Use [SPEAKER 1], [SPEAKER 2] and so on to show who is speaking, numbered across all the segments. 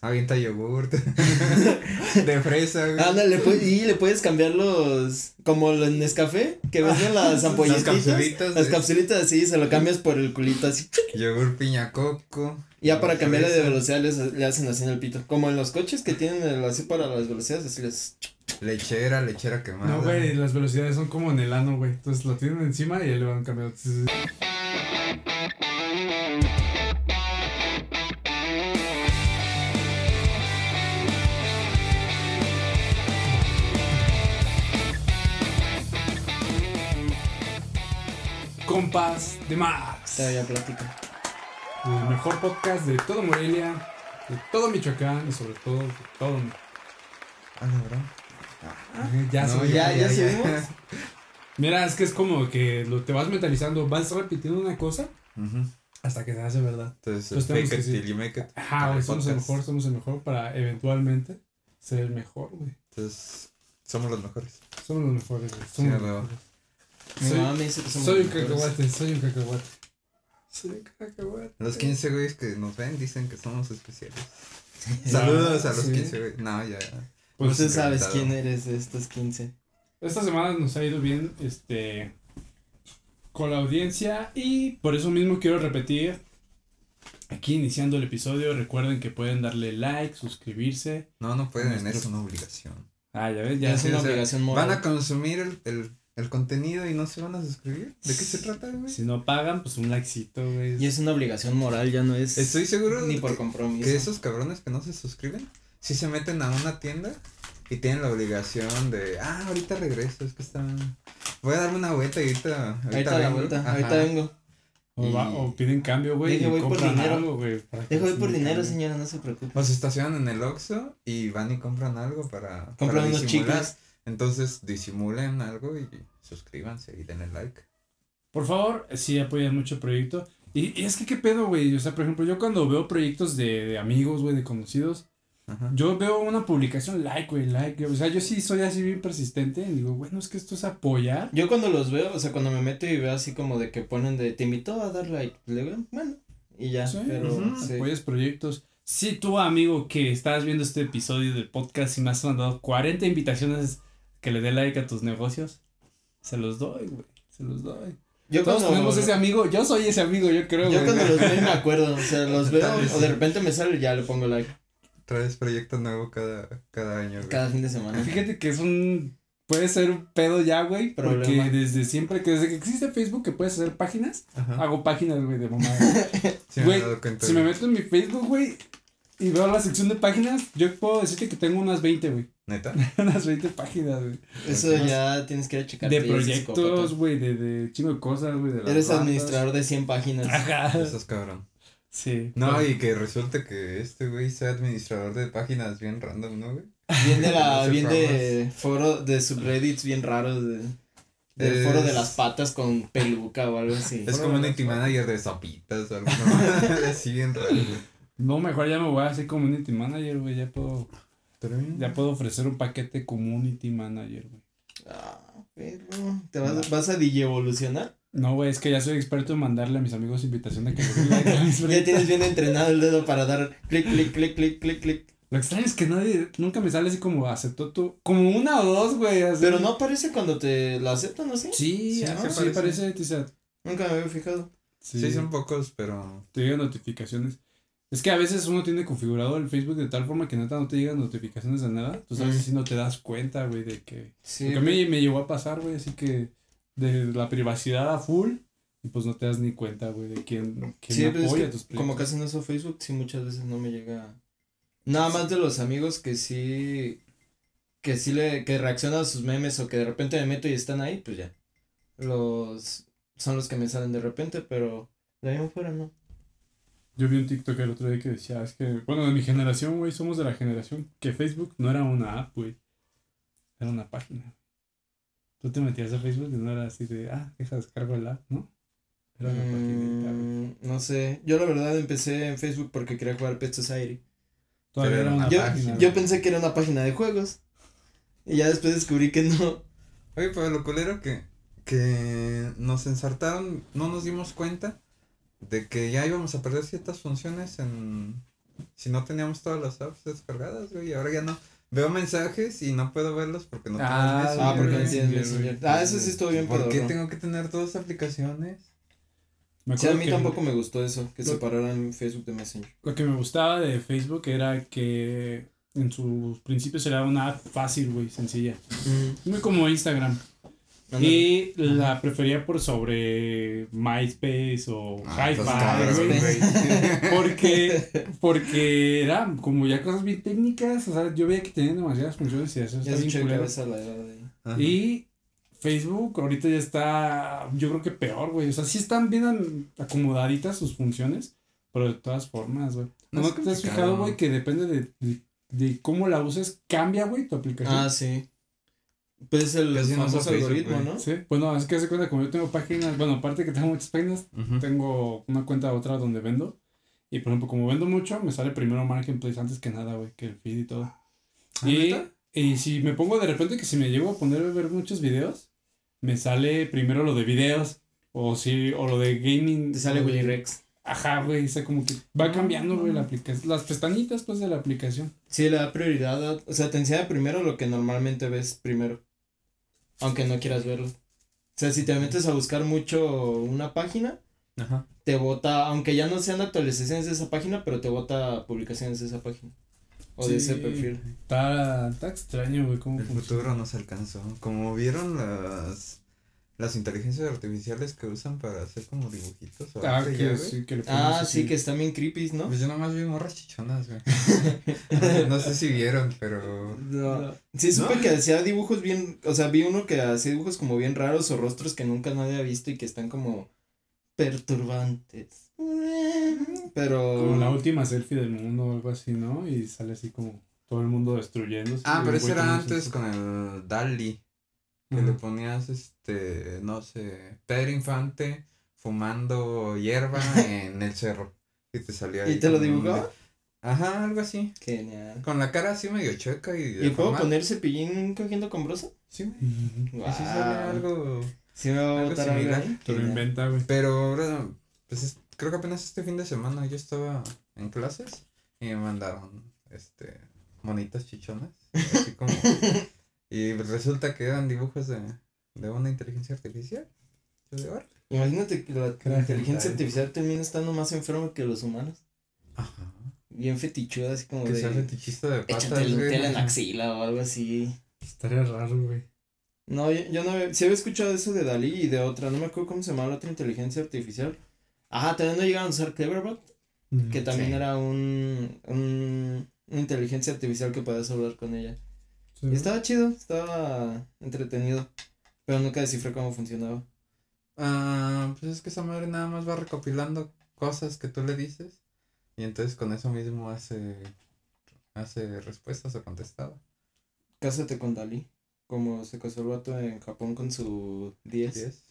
[SPEAKER 1] Avienta yogurt. de fresa, güey.
[SPEAKER 2] Ándale, pues, y le puedes cambiar los. Como los Nescafé, que venden las ampollitas.
[SPEAKER 1] Las capsulitas,
[SPEAKER 2] Las
[SPEAKER 1] güey.
[SPEAKER 2] capsulitas, sí, se lo cambias por el culito así.
[SPEAKER 1] Yogur piña coco.
[SPEAKER 2] Ya para
[SPEAKER 1] yogur
[SPEAKER 2] cambiarle de
[SPEAKER 1] fresa,
[SPEAKER 2] velocidad les- le, hacen así en el pito. Como en los coches que tienen el- así para las velocidades, así les.
[SPEAKER 1] Lechera, lechera quemada.
[SPEAKER 3] No, güey, las velocidades son como en el ano, güey. Entonces lo tienen encima y ya le van cambiando. Compas de Max.
[SPEAKER 2] Te ya plática.
[SPEAKER 3] El mejor podcast de todo Morelia, de todo Michoacán y sobre todo de todo.
[SPEAKER 1] Ah, no, bro.
[SPEAKER 3] Ya
[SPEAKER 1] No,
[SPEAKER 3] se
[SPEAKER 2] ya, ya subimos.
[SPEAKER 3] Mira, es que es como que lo, te vas mentalizando, vas repitiendo una cosa
[SPEAKER 1] Ujú.
[SPEAKER 3] hasta que se hace verdad. Entonces
[SPEAKER 1] Entonces,
[SPEAKER 3] Pues tenemos
[SPEAKER 1] make
[SPEAKER 3] que
[SPEAKER 1] it
[SPEAKER 3] sí.
[SPEAKER 1] till you make it.
[SPEAKER 3] Ajá, güey, somos el
[SPEAKER 1] Podcast.
[SPEAKER 3] mejor, somos el mejor para eventualmente ser el mejor, güey.
[SPEAKER 1] Entonces, somos los mejores.
[SPEAKER 3] Somos los mejores, güey.
[SPEAKER 1] Sí,
[SPEAKER 3] Somos
[SPEAKER 1] a
[SPEAKER 3] los
[SPEAKER 1] huevo.
[SPEAKER 3] mejores.
[SPEAKER 2] Mi
[SPEAKER 3] Soy-
[SPEAKER 2] mamá me dice que somos
[SPEAKER 3] Soy un
[SPEAKER 2] los mejores.
[SPEAKER 3] cacahuate, soy un cacahuate. Soy un cacahuate.
[SPEAKER 1] Los 15 güeyes que nos ven dicen que somos especiales. Saludos a los
[SPEAKER 3] Sí.
[SPEAKER 1] 15 güeyes. No, ya.
[SPEAKER 3] Pues,
[SPEAKER 2] Tú sabes
[SPEAKER 1] encantado.
[SPEAKER 2] quién eres de estos 15.
[SPEAKER 3] Esta semana nos ha ido bien, este, con la audiencia y por eso mismo quiero repetir, aquí iniciando el episodio, recuerden que pueden darle like, suscribirse.
[SPEAKER 1] No, no pueden,
[SPEAKER 3] Nuestros-
[SPEAKER 1] es una obligación.
[SPEAKER 3] Ah, ya ves, ya
[SPEAKER 2] Es
[SPEAKER 1] Sí,
[SPEAKER 2] una
[SPEAKER 1] o sea,
[SPEAKER 2] obligación
[SPEAKER 1] ¿Van
[SPEAKER 2] moral.
[SPEAKER 1] a consumir el, el, el contenido y no se van a suscribir? ¿De qué se trata, güey?
[SPEAKER 3] Si no pagan, pues un likecito, güey.
[SPEAKER 2] Y es una obligación moral, ya no es.
[SPEAKER 1] Estoy seguro
[SPEAKER 2] Ni
[SPEAKER 1] de
[SPEAKER 2] por
[SPEAKER 1] que-
[SPEAKER 2] compromiso.
[SPEAKER 1] Que esos cabrones que no se suscriben, si se meten a una tienda y tienen la obligación de, ah, ahorita regreso, es que está... Voy a darme una vuelta y ahorita...
[SPEAKER 2] Ahorita la
[SPEAKER 1] vengo".
[SPEAKER 2] vuelta,
[SPEAKER 1] Ajá.
[SPEAKER 2] ahorita vengo.
[SPEAKER 3] O, va-
[SPEAKER 1] Y-
[SPEAKER 3] o piden cambio, güey.
[SPEAKER 2] Deje,
[SPEAKER 3] y
[SPEAKER 2] voy por
[SPEAKER 3] compran
[SPEAKER 2] dinero.
[SPEAKER 3] algo, güey, para que
[SPEAKER 2] Dejo de
[SPEAKER 3] les
[SPEAKER 2] ir por
[SPEAKER 3] den
[SPEAKER 2] dinero,
[SPEAKER 3] cambio.
[SPEAKER 2] señora, no se preocupe.
[SPEAKER 1] O se estacionan en el Oxxo y van y compran algo para... para
[SPEAKER 2] Compran unos
[SPEAKER 1] disimular.
[SPEAKER 2] chicles.
[SPEAKER 1] Entonces disimulen algo y suscríbanse y denle like.
[SPEAKER 3] Por favor, sí apoyan mucho el proyecto. Y, y es que qué pedo, güey. O sea, por ejemplo, yo cuando veo proyectos de, de amigos, güey, de conocidos,
[SPEAKER 1] Ajá.
[SPEAKER 3] Yo veo una publicación, like, güey, like. O sea, yo sí soy así bien persistente. Y digo, bueno, es que esto es apoyar.
[SPEAKER 2] Yo cuando los veo, o sea, cuando me meto y veo así como de que ponen de te invito a dar like, le digo, bueno, y ya,
[SPEAKER 3] Sí,
[SPEAKER 2] pero
[SPEAKER 1] ujú,
[SPEAKER 2] sí.
[SPEAKER 3] Apoyas proyectos. Si tú, amigo, que estás viendo este episodio del podcast y me has mandado 40 invitaciones que le dé like a tus negocios, se los doy, güey. Se los doy.
[SPEAKER 2] yo
[SPEAKER 3] Todos
[SPEAKER 2] cuando,
[SPEAKER 3] tenemos ese amigo. Yo soy ese amigo, yo creo,
[SPEAKER 2] yo
[SPEAKER 3] güey.
[SPEAKER 2] cuando los veo y me acuerdo, o sea, los veo
[SPEAKER 1] Tal vez
[SPEAKER 2] o de
[SPEAKER 1] sí.
[SPEAKER 2] repente me sale y ya le pongo like
[SPEAKER 1] Traes proyecto nuevo cada, cada año. güey.
[SPEAKER 2] cada fin de semana.
[SPEAKER 3] Fíjate que es un. Puede ser un pedo ya, güey. Porque
[SPEAKER 2] Problema.
[SPEAKER 3] desde siempre, que desde que existe Facebook, que puedes hacer páginas,
[SPEAKER 1] Ajá.
[SPEAKER 3] hago páginas, güey, de mamá.
[SPEAKER 1] Sí, me
[SPEAKER 3] Güey,
[SPEAKER 1] he dado cuenta.
[SPEAKER 3] Si me
[SPEAKER 1] güey.
[SPEAKER 3] meto en mi Facebook, güey, y veo la sección de páginas, yo puedo decirte que tengo unas 20, güey.
[SPEAKER 1] Neta.
[SPEAKER 3] unas 20 páginas, güey.
[SPEAKER 2] Eso
[SPEAKER 1] Además,
[SPEAKER 2] ya tienes que ir a checar.
[SPEAKER 3] De proyectos, güey, de, de chingo de cosas, güey. de las
[SPEAKER 2] Eres
[SPEAKER 3] bandas. Ah,
[SPEAKER 2] administrador de 100 páginas.
[SPEAKER 3] Ajá.
[SPEAKER 1] Eso es cabrón.
[SPEAKER 3] Sí.
[SPEAKER 1] No, y que resulte que este güey sea administrador de páginas bien random, ¿no, güey?
[SPEAKER 2] Bien de la,
[SPEAKER 1] Hace
[SPEAKER 2] bien de foro, de subreddits bien raros, de, del
[SPEAKER 1] Es-
[SPEAKER 2] foro de las patas con peluca o algo así.
[SPEAKER 1] Es como un
[SPEAKER 3] Órale.
[SPEAKER 1] IT manager de zapitas o algo ¿no? así bien raro. güey.
[SPEAKER 3] No, mejor ya me voy a hacer community manager, güey. Ya puedo, ya puedo ofrecer un paquete community manager, güey.
[SPEAKER 2] Ah, perro. ¿Te vas, vas a DJ evolucionar?
[SPEAKER 3] No, güey, es que ya soy experto en mandarle a mis amigos invitación de que me den like a mis
[SPEAKER 2] Ya
[SPEAKER 3] proyectos.
[SPEAKER 2] tienes bien entrenado el dedo para dar clic, clic, clic, clic, clic, clic.
[SPEAKER 3] Lo extraño es que nadie, nunca me sale así como aceptó tú. Como una o dos, güey. así.
[SPEAKER 2] Pero no aparece cuando te lo aceptan, ¿no sí?
[SPEAKER 3] Sí,
[SPEAKER 1] Sí,
[SPEAKER 3] ah,
[SPEAKER 1] sí
[SPEAKER 3] sí,
[SPEAKER 1] aparece.
[SPEAKER 3] parece, o sea,
[SPEAKER 2] Nunca me había fijado.
[SPEAKER 1] Sí, son pocos, pero.
[SPEAKER 3] te llegan notificaciones. Es que a veces uno tiene configurado el Facebook de tal forma que neta no te llegan notificaciones de nada. Tú sabes
[SPEAKER 2] Mm.
[SPEAKER 3] si no te das cuenta, güey, de que.
[SPEAKER 2] Sí.
[SPEAKER 3] Porque a mí me llegó a pasar, güey, así que de la privacidad a full y pues no te das ni cuenta, güey, de quién, quién
[SPEAKER 2] Sí, pues, es
[SPEAKER 3] apoya
[SPEAKER 2] que
[SPEAKER 3] tus
[SPEAKER 2] como
[SPEAKER 3] proyectos.
[SPEAKER 2] casi no uso Facebook, sí muchas veces no me llega. Nada más de los amigos que sí que sí le que reaccionan a sus memes o que de repente me meto y están ahí, pues ya. Los son los que me salen de repente, pero de ahí en fuera no.
[SPEAKER 3] Yo vi un TikTok el otro día que decía, es que, bueno, de mi generación, güey, somos de la generación que Facebook no era una app, güey. Era una página. Tú te metías a Facebook y no era así de, ah, deja descargo el app, ¿no? Era una página. güey.
[SPEAKER 2] Mm, no sé, yo la verdad empecé en Facebook porque quería jugar Pet Society.
[SPEAKER 3] Todavía
[SPEAKER 1] Pero
[SPEAKER 3] era una
[SPEAKER 1] la
[SPEAKER 2] Yo,
[SPEAKER 3] página.
[SPEAKER 2] yo
[SPEAKER 3] güey.
[SPEAKER 2] pensé que era una página de juegos. Y ya después descubrí que no.
[SPEAKER 1] Oye, pero lo culero que. Que nos ensartaron, no nos dimos cuenta de que ya íbamos a perder ciertas funciones en, Si no teníamos todas las apps descargadas, güey, y ahora ya no. Veo mensajes y no puedo verlos porque no
[SPEAKER 3] Ah,
[SPEAKER 1] tengo el
[SPEAKER 2] Ah, porque no
[SPEAKER 1] Messenger,
[SPEAKER 2] tienes
[SPEAKER 3] güey.
[SPEAKER 2] Messenger. Ah, eso sí estuvo
[SPEAKER 1] güey.
[SPEAKER 2] bien
[SPEAKER 1] ¿Por qué
[SPEAKER 2] pedorro.
[SPEAKER 1] tengo que tener dos aplicaciones?
[SPEAKER 3] Me
[SPEAKER 2] Sí, a
[SPEAKER 3] acuerdo
[SPEAKER 2] mí
[SPEAKER 3] que
[SPEAKER 2] tampoco me gustó eso, que
[SPEAKER 3] Lo-
[SPEAKER 2] separaran Facebook de Messenger.
[SPEAKER 3] Lo que me gustaba de Facebook era que en sus principios era una app fácil, güey, sencilla. Muy como Instagram.
[SPEAKER 2] Ándale.
[SPEAKER 3] Y la prefería por sobre MySpace o
[SPEAKER 1] Ah,
[SPEAKER 3] Hi-Fi,
[SPEAKER 1] estás
[SPEAKER 2] Hi-Fi,
[SPEAKER 1] cabrón,
[SPEAKER 3] güey.
[SPEAKER 1] güey.
[SPEAKER 3] Porque, porque era como ya cosas bien técnicas. O sea, yo veía que tenían demasiadas funciones y eso
[SPEAKER 2] Ya
[SPEAKER 3] está bien
[SPEAKER 2] escuché de
[SPEAKER 3] culero.
[SPEAKER 2] cabeza la edad de...
[SPEAKER 1] Ajá.
[SPEAKER 3] Y Facebook ahorita ya está, yo creo que peor, güey. O sea, sí están bien an- acomodaditas sus funciones, pero de todas formas, güey.
[SPEAKER 1] No
[SPEAKER 3] No,
[SPEAKER 1] es
[SPEAKER 3] te has
[SPEAKER 1] complicado.
[SPEAKER 3] fijado, güey, que depende de, de, de cómo la uses, cambia, güey, tu aplicación.
[SPEAKER 2] Ah, sí. Pues es el
[SPEAKER 1] Casi no uso
[SPEAKER 2] famoso
[SPEAKER 1] Facebook,
[SPEAKER 2] algoritmo,
[SPEAKER 1] güey.
[SPEAKER 2] ¿no?
[SPEAKER 3] Sí, bueno, es que se cuenta, como yo tengo páginas, bueno, aparte que tengo muchas páginas,
[SPEAKER 1] Ujú.
[SPEAKER 3] tengo una cuenta otra donde vendo. Y por ejemplo, como vendo mucho, me sale primero Marketplace antes que nada, güey, que el feed y todo.
[SPEAKER 1] Ah,
[SPEAKER 3] Y,
[SPEAKER 1] ¿neta?
[SPEAKER 3] y si me pongo de repente que si me llego a poner a ver muchos videos, me sale primero lo de videos. O si, o lo de gaming.
[SPEAKER 2] Te sale Willy Rex.
[SPEAKER 3] Ajá, güey. O sea, como que va cambiando, güey, la aplicación. Las pestañitas, pues, de la aplicación.
[SPEAKER 2] Sí, le da prioridad. a- O sea, te enseña primero lo que normalmente ves primero. Aunque no quieras verlo. O sea, si te metes a buscar mucho una página,
[SPEAKER 1] Ajá.
[SPEAKER 2] te bota, aunque ya no sean actualizaciones de esa página, pero te bota publicaciones de esa página. O de ese
[SPEAKER 3] Sí.
[SPEAKER 2] perfil.
[SPEAKER 3] Está, está extraño, güey, cómo
[SPEAKER 1] El
[SPEAKER 3] funciona.
[SPEAKER 1] futuro nos alcanzó. Como vieron las las inteligencias artificiales que usan para hacer como dibujitos o
[SPEAKER 3] Ah,
[SPEAKER 1] arte ya,
[SPEAKER 3] que
[SPEAKER 1] güey.
[SPEAKER 3] sí, que le
[SPEAKER 2] Ah,
[SPEAKER 3] pones
[SPEAKER 2] sí,
[SPEAKER 3] así.
[SPEAKER 2] que están bien creepy, ¿no?
[SPEAKER 1] Pues yo nomás vi morras chichonas, güey. no sé si vieron, pero.
[SPEAKER 2] No. Sí, supe
[SPEAKER 1] ¿No?
[SPEAKER 2] que hacía dibujos bien, o sea, vi uno que hacía dibujos como bien raros o rostros que nunca nadie ha visto y que están como perturbantes. Pero...
[SPEAKER 3] Como la última selfie del mundo o algo así, ¿no? Y sale así como todo el mundo destruyéndose.
[SPEAKER 1] Ah,
[SPEAKER 3] y
[SPEAKER 1] pero
[SPEAKER 3] el
[SPEAKER 1] eso
[SPEAKER 3] güey
[SPEAKER 1] era
[SPEAKER 3] como
[SPEAKER 1] antes
[SPEAKER 3] así.
[SPEAKER 1] con el Dali. Que
[SPEAKER 3] Ajá.
[SPEAKER 1] le ponías este, no sé, Pedro Infante fumando hierba en el cerro. Y te salía
[SPEAKER 2] ¿Y
[SPEAKER 1] ahí
[SPEAKER 2] te lo
[SPEAKER 1] como un-
[SPEAKER 2] dibujaba?
[SPEAKER 1] Ajá, algo así.
[SPEAKER 2] Genial.
[SPEAKER 1] Con la cara así medio chueca y.
[SPEAKER 2] ¿Y puedo
[SPEAKER 1] deformada.
[SPEAKER 2] poner cepillín cogiendo con brosa?
[SPEAKER 1] Sí, güey.
[SPEAKER 3] Ujú.
[SPEAKER 1] Y sí sale
[SPEAKER 2] Guau.
[SPEAKER 1] algo.
[SPEAKER 2] Sí me va a ¿eh?
[SPEAKER 1] algo
[SPEAKER 2] botar algo
[SPEAKER 1] similar.
[SPEAKER 2] ahí.
[SPEAKER 3] Te lo
[SPEAKER 2] Genial.
[SPEAKER 3] inventa, güey.
[SPEAKER 1] Pero ahora, pues es- creo que apenas este fin de semana yo estaba en clases y me mandaron este monitas chichonas. Así como. y resulta que eran dibujos de, de una inteligencia artificial. Yo de ahora.
[SPEAKER 2] Imagínate que la,
[SPEAKER 3] Era
[SPEAKER 2] inteligencia
[SPEAKER 3] genial.
[SPEAKER 2] artificial termina estando más enferma que los humanos.
[SPEAKER 1] Ajá.
[SPEAKER 2] Bien fetichuda, así como
[SPEAKER 1] Que sea
[SPEAKER 2] de...
[SPEAKER 1] fetichista de patas.
[SPEAKER 2] Échate el
[SPEAKER 1] güey.
[SPEAKER 2] Nutella en la axila o algo así.
[SPEAKER 3] Estaría raro, güey.
[SPEAKER 2] No, yo, yo no había, sí había escuchado eso de Dalí y de otra, no me acuerdo cómo se llamaba la otra inteligencia artificial. Ajá, también no llegaron a usar Cleverbot, que también
[SPEAKER 1] Sí.
[SPEAKER 2] era un, un, una inteligencia artificial que podías hablar con ella.
[SPEAKER 3] Sí.
[SPEAKER 2] Y estaba chido, estaba entretenido, pero nunca descifré cómo funcionaba.
[SPEAKER 1] Ah, pues es que esa madre nada más va recopilando cosas que tú le dices. Y entonces con eso mismo hace. Hace respuestas o contestado.
[SPEAKER 2] Cásate con Dalí, como se casó el vato en Japón con su 10.
[SPEAKER 1] Yes.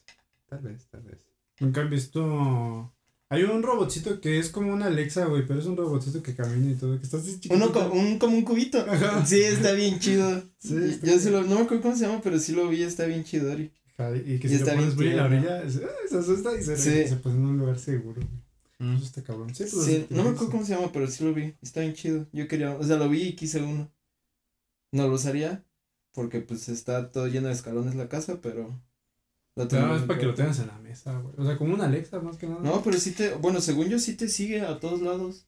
[SPEAKER 1] Tal vez, tal vez.
[SPEAKER 3] Nunca han visto. Hay un robotcito que es como una Alexa, güey, pero es un robotcito que camina y todo, que está así chiquito.
[SPEAKER 2] Uno co- un, como un cubito.
[SPEAKER 3] Ajá.
[SPEAKER 2] Sí, está bien chido.
[SPEAKER 3] Sí,
[SPEAKER 2] Y-
[SPEAKER 3] está
[SPEAKER 2] yo sí lo, no me acuerdo cómo se llama, pero sí lo vi, está bien chido, Ori.
[SPEAKER 3] Ajá, Y que
[SPEAKER 2] Y
[SPEAKER 3] si
[SPEAKER 2] está
[SPEAKER 3] le pones
[SPEAKER 2] bien
[SPEAKER 3] muy en la
[SPEAKER 2] tierno.
[SPEAKER 3] orilla, se, ah, se asusta y se,
[SPEAKER 2] Sí.
[SPEAKER 3] se pone en un lugar seguro. güey.
[SPEAKER 1] Mm.
[SPEAKER 3] Eso está cabrón. Sí, pues, pero
[SPEAKER 2] Sí, no me acuerdo
[SPEAKER 3] cómo.
[SPEAKER 2] cómo se llama, pero sí lo vi. Está bien chido. Yo quería, o sea, lo vi y quise uno. No lo usaría porque pues está todo lleno de escalones la casa, pero lo tengo
[SPEAKER 3] Nada más
[SPEAKER 2] en
[SPEAKER 3] para que lo
[SPEAKER 2] cuenta.
[SPEAKER 3] tengas en la mesa, güey. O sea, como una Alexa, más que nada.
[SPEAKER 2] No, pero sí te, bueno, según yo sí te sigue a todos lados.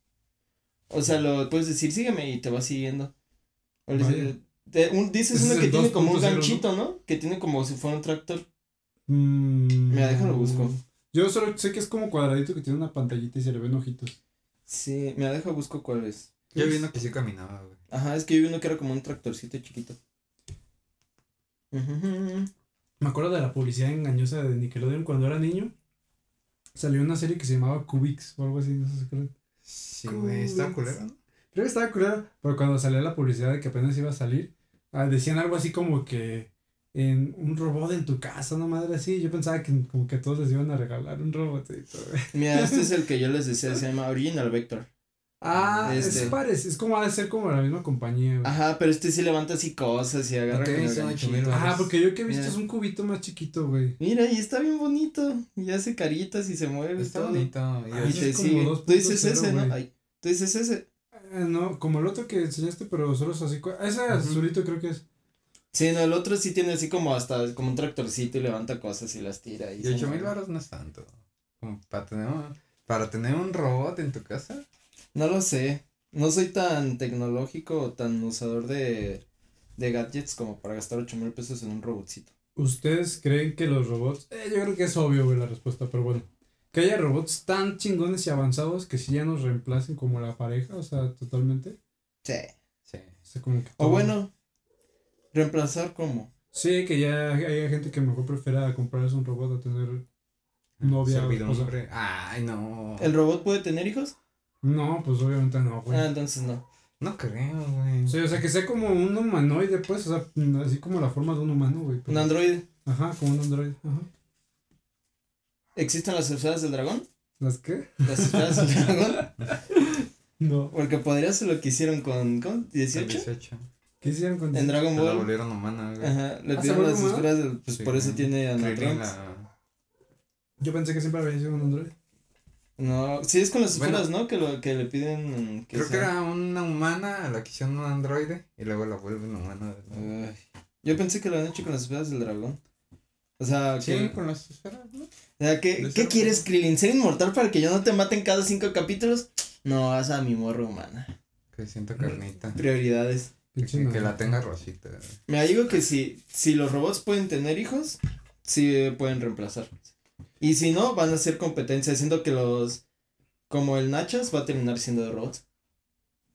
[SPEAKER 2] O sea, lo puedes decir sígueme y te va siguiendo. O le-
[SPEAKER 3] Vaya.
[SPEAKER 2] te- un- dices
[SPEAKER 3] Ese
[SPEAKER 2] uno
[SPEAKER 3] es
[SPEAKER 2] que
[SPEAKER 3] el
[SPEAKER 2] tiene como un
[SPEAKER 3] 2.0, ¿no?
[SPEAKER 2] ganchito, ¿no? Que tiene como si fuera un tractor.
[SPEAKER 3] Mm,
[SPEAKER 2] Mira, déjalo, busco.
[SPEAKER 3] Yo solo sé que es como cuadradito que tiene una pantallita y se le ven ojitos.
[SPEAKER 2] Sí, me deja busco cuál es.
[SPEAKER 1] Yo vi uno que sí caminaba, güey.
[SPEAKER 2] Ajá, es que yo vi uno que era como un tractorcito chiquito. Ujujujú.
[SPEAKER 3] Me acuerdo de la publicidad engañosa de Nickelodeon cuando era niño. Salió una serie que se llamaba Cubix o algo así, no sé si se acuerdan.
[SPEAKER 1] Sí, güey, está culero, ¿no?
[SPEAKER 3] Creo que estaba curado, pero cuando salía la publicidad de que apenas iba a salir, ah, decían algo así como que en un robot en tu casa, una madre así. Yo pensaba que como que a todos les iban a regalar un robotito. güey.
[SPEAKER 2] Mira, este es el que yo les decía, se llama Original Vector.
[SPEAKER 3] Ah,
[SPEAKER 2] Este.
[SPEAKER 3] es parece, es como ha de ser como la misma compañía. güey.
[SPEAKER 2] Ajá, pero este sí levanta así cosas y agarra
[SPEAKER 1] Ok,
[SPEAKER 2] con el
[SPEAKER 1] son
[SPEAKER 2] ganchito.
[SPEAKER 1] ocho mil baros.
[SPEAKER 3] Ajá, porque yo que he visto
[SPEAKER 2] pues, Mira.
[SPEAKER 3] es un cubito más chiquito, güey.
[SPEAKER 2] Mira, y está bien bonito. Y hace caritas y se mueve y
[SPEAKER 1] Está
[SPEAKER 2] todo.
[SPEAKER 1] bonito. Y
[SPEAKER 3] Ay,
[SPEAKER 2] Y
[SPEAKER 1] así-
[SPEAKER 3] eso
[SPEAKER 2] te
[SPEAKER 3] es como
[SPEAKER 2] sigue. Tú dices
[SPEAKER 3] 2.0,
[SPEAKER 2] ese, ¿no?
[SPEAKER 3] güey.
[SPEAKER 2] Ay, tú dices ese.
[SPEAKER 3] eh, no, como el otro que enseñaste, pero solo es así. cu- Ese azulito creo que es.
[SPEAKER 2] Sí, no, el otro sí tiene así como hasta, como un tractorcito y levanta cosas y las tira. Y
[SPEAKER 1] Y ocho mil baros no es tanto. Como para tener, un- para tener un robot en tu casa.
[SPEAKER 2] No lo sé. No soy tan tecnológico o tan usador de, de gadgets como para gastar ocho mil pesos en un robotcito.
[SPEAKER 3] ¿Ustedes creen que los robots? Eh, yo creo que es obvio, güey, la respuesta, pero bueno. Que haya robots tan chingones y avanzados que si ya nos reemplacen como la pareja, o sea, totalmente.
[SPEAKER 2] Sí.
[SPEAKER 1] Sí.
[SPEAKER 3] O sea, como que
[SPEAKER 2] O
[SPEAKER 3] todo-
[SPEAKER 2] bueno, reemplazar como.
[SPEAKER 3] Sí, que ya haya gente que mejor prefiera comprarse un robot a tener.
[SPEAKER 2] Ah,
[SPEAKER 3] Novia o
[SPEAKER 1] Servidumbre. Ay, no.
[SPEAKER 2] ¿El robot puede tener hijos?
[SPEAKER 3] No, pues obviamente no, güey.
[SPEAKER 2] Ah, entonces no.
[SPEAKER 1] No creo, güey.
[SPEAKER 3] Sí, o sea, que sea como un humanoide, pues, o sea, así como la forma de un humano, güey.
[SPEAKER 1] Pues
[SPEAKER 3] pero-
[SPEAKER 2] ¿Un androide?
[SPEAKER 3] Ajá, como un androide. Ajá.
[SPEAKER 2] ¿Existen las esferas del dragón?
[SPEAKER 3] ¿Las qué?
[SPEAKER 2] ¿Las esferas del dragón?
[SPEAKER 3] No.
[SPEAKER 2] Porque podría ser lo que hicieron con, ¿con?
[SPEAKER 1] El
[SPEAKER 2] ¿18?
[SPEAKER 1] 18.
[SPEAKER 3] ¿Qué hicieron con
[SPEAKER 2] En Dragon
[SPEAKER 1] Se Pues la
[SPEAKER 2] Ball.
[SPEAKER 1] volvieron humana, güey.
[SPEAKER 2] Ajá, le
[SPEAKER 3] ¿Ah, se
[SPEAKER 2] pidieron
[SPEAKER 3] vuelve
[SPEAKER 2] las
[SPEAKER 3] humano?
[SPEAKER 2] esferas del, pues
[SPEAKER 1] Sí,
[SPEAKER 2] por eso
[SPEAKER 1] güey.
[SPEAKER 2] tiene
[SPEAKER 1] Krillin
[SPEAKER 2] Anatrons.
[SPEAKER 1] la-
[SPEAKER 3] Yo pensé que siempre había sido un androide.
[SPEAKER 2] No, sí es con las
[SPEAKER 1] Bueno.
[SPEAKER 2] esferas, ¿no? Que lo que le piden mm, que
[SPEAKER 1] Creo que
[SPEAKER 2] sea-
[SPEAKER 1] era una humana a la que hicieron un androide y luego la vuelven humana. de nuevo.
[SPEAKER 2] Ay, yo pensé que lo han hecho con las esferas del dragón. O sea,
[SPEAKER 1] Sí,
[SPEAKER 2] que-
[SPEAKER 1] con las esferas, ¿no?
[SPEAKER 2] o sea, ¿qué,
[SPEAKER 1] de
[SPEAKER 2] ¿qué
[SPEAKER 1] ser-
[SPEAKER 2] quieres, Krillin? ¿Ser inmortal para que yo no te maten cada cinco capítulos? No, haz a mi morro humana.
[SPEAKER 1] Que siento carnita.
[SPEAKER 2] Prioridades.
[SPEAKER 1] Que,
[SPEAKER 3] Pinche
[SPEAKER 1] que
[SPEAKER 3] nada.
[SPEAKER 1] la tenga Rosita.
[SPEAKER 2] Me digo que si, si los robots pueden tener hijos, sí pueden reemplazar. Y si no, van a ser competencia, siendo que los, como el Nachas, va a terminar siendo de robots.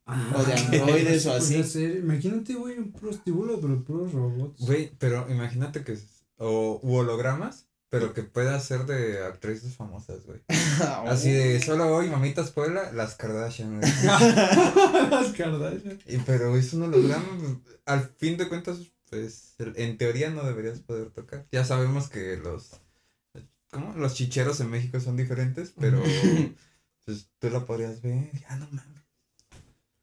[SPEAKER 3] Ah,
[SPEAKER 2] o de androides o
[SPEAKER 3] pues,
[SPEAKER 2] así.
[SPEAKER 3] ya sé. Imagínate, güey, un prostíbulo, pero puros robots.
[SPEAKER 1] Güey, pero imagínate que. es- O u hologramas, pero que pueda ser de actrices famosas, güey. Así
[SPEAKER 2] Oh.
[SPEAKER 1] de solo hoy, mamitas Puebla, las Kardashian, güey.
[SPEAKER 3] Las Kardashian.
[SPEAKER 1] Y, pero es un holograma, pues, al fin de cuentas, pues, el- en teoría no deberías poder tocar. Ya sabemos que los, ¿cómo? Los chicheros en México son diferentes, pero, pues, tú la podrías ver, ya no mames.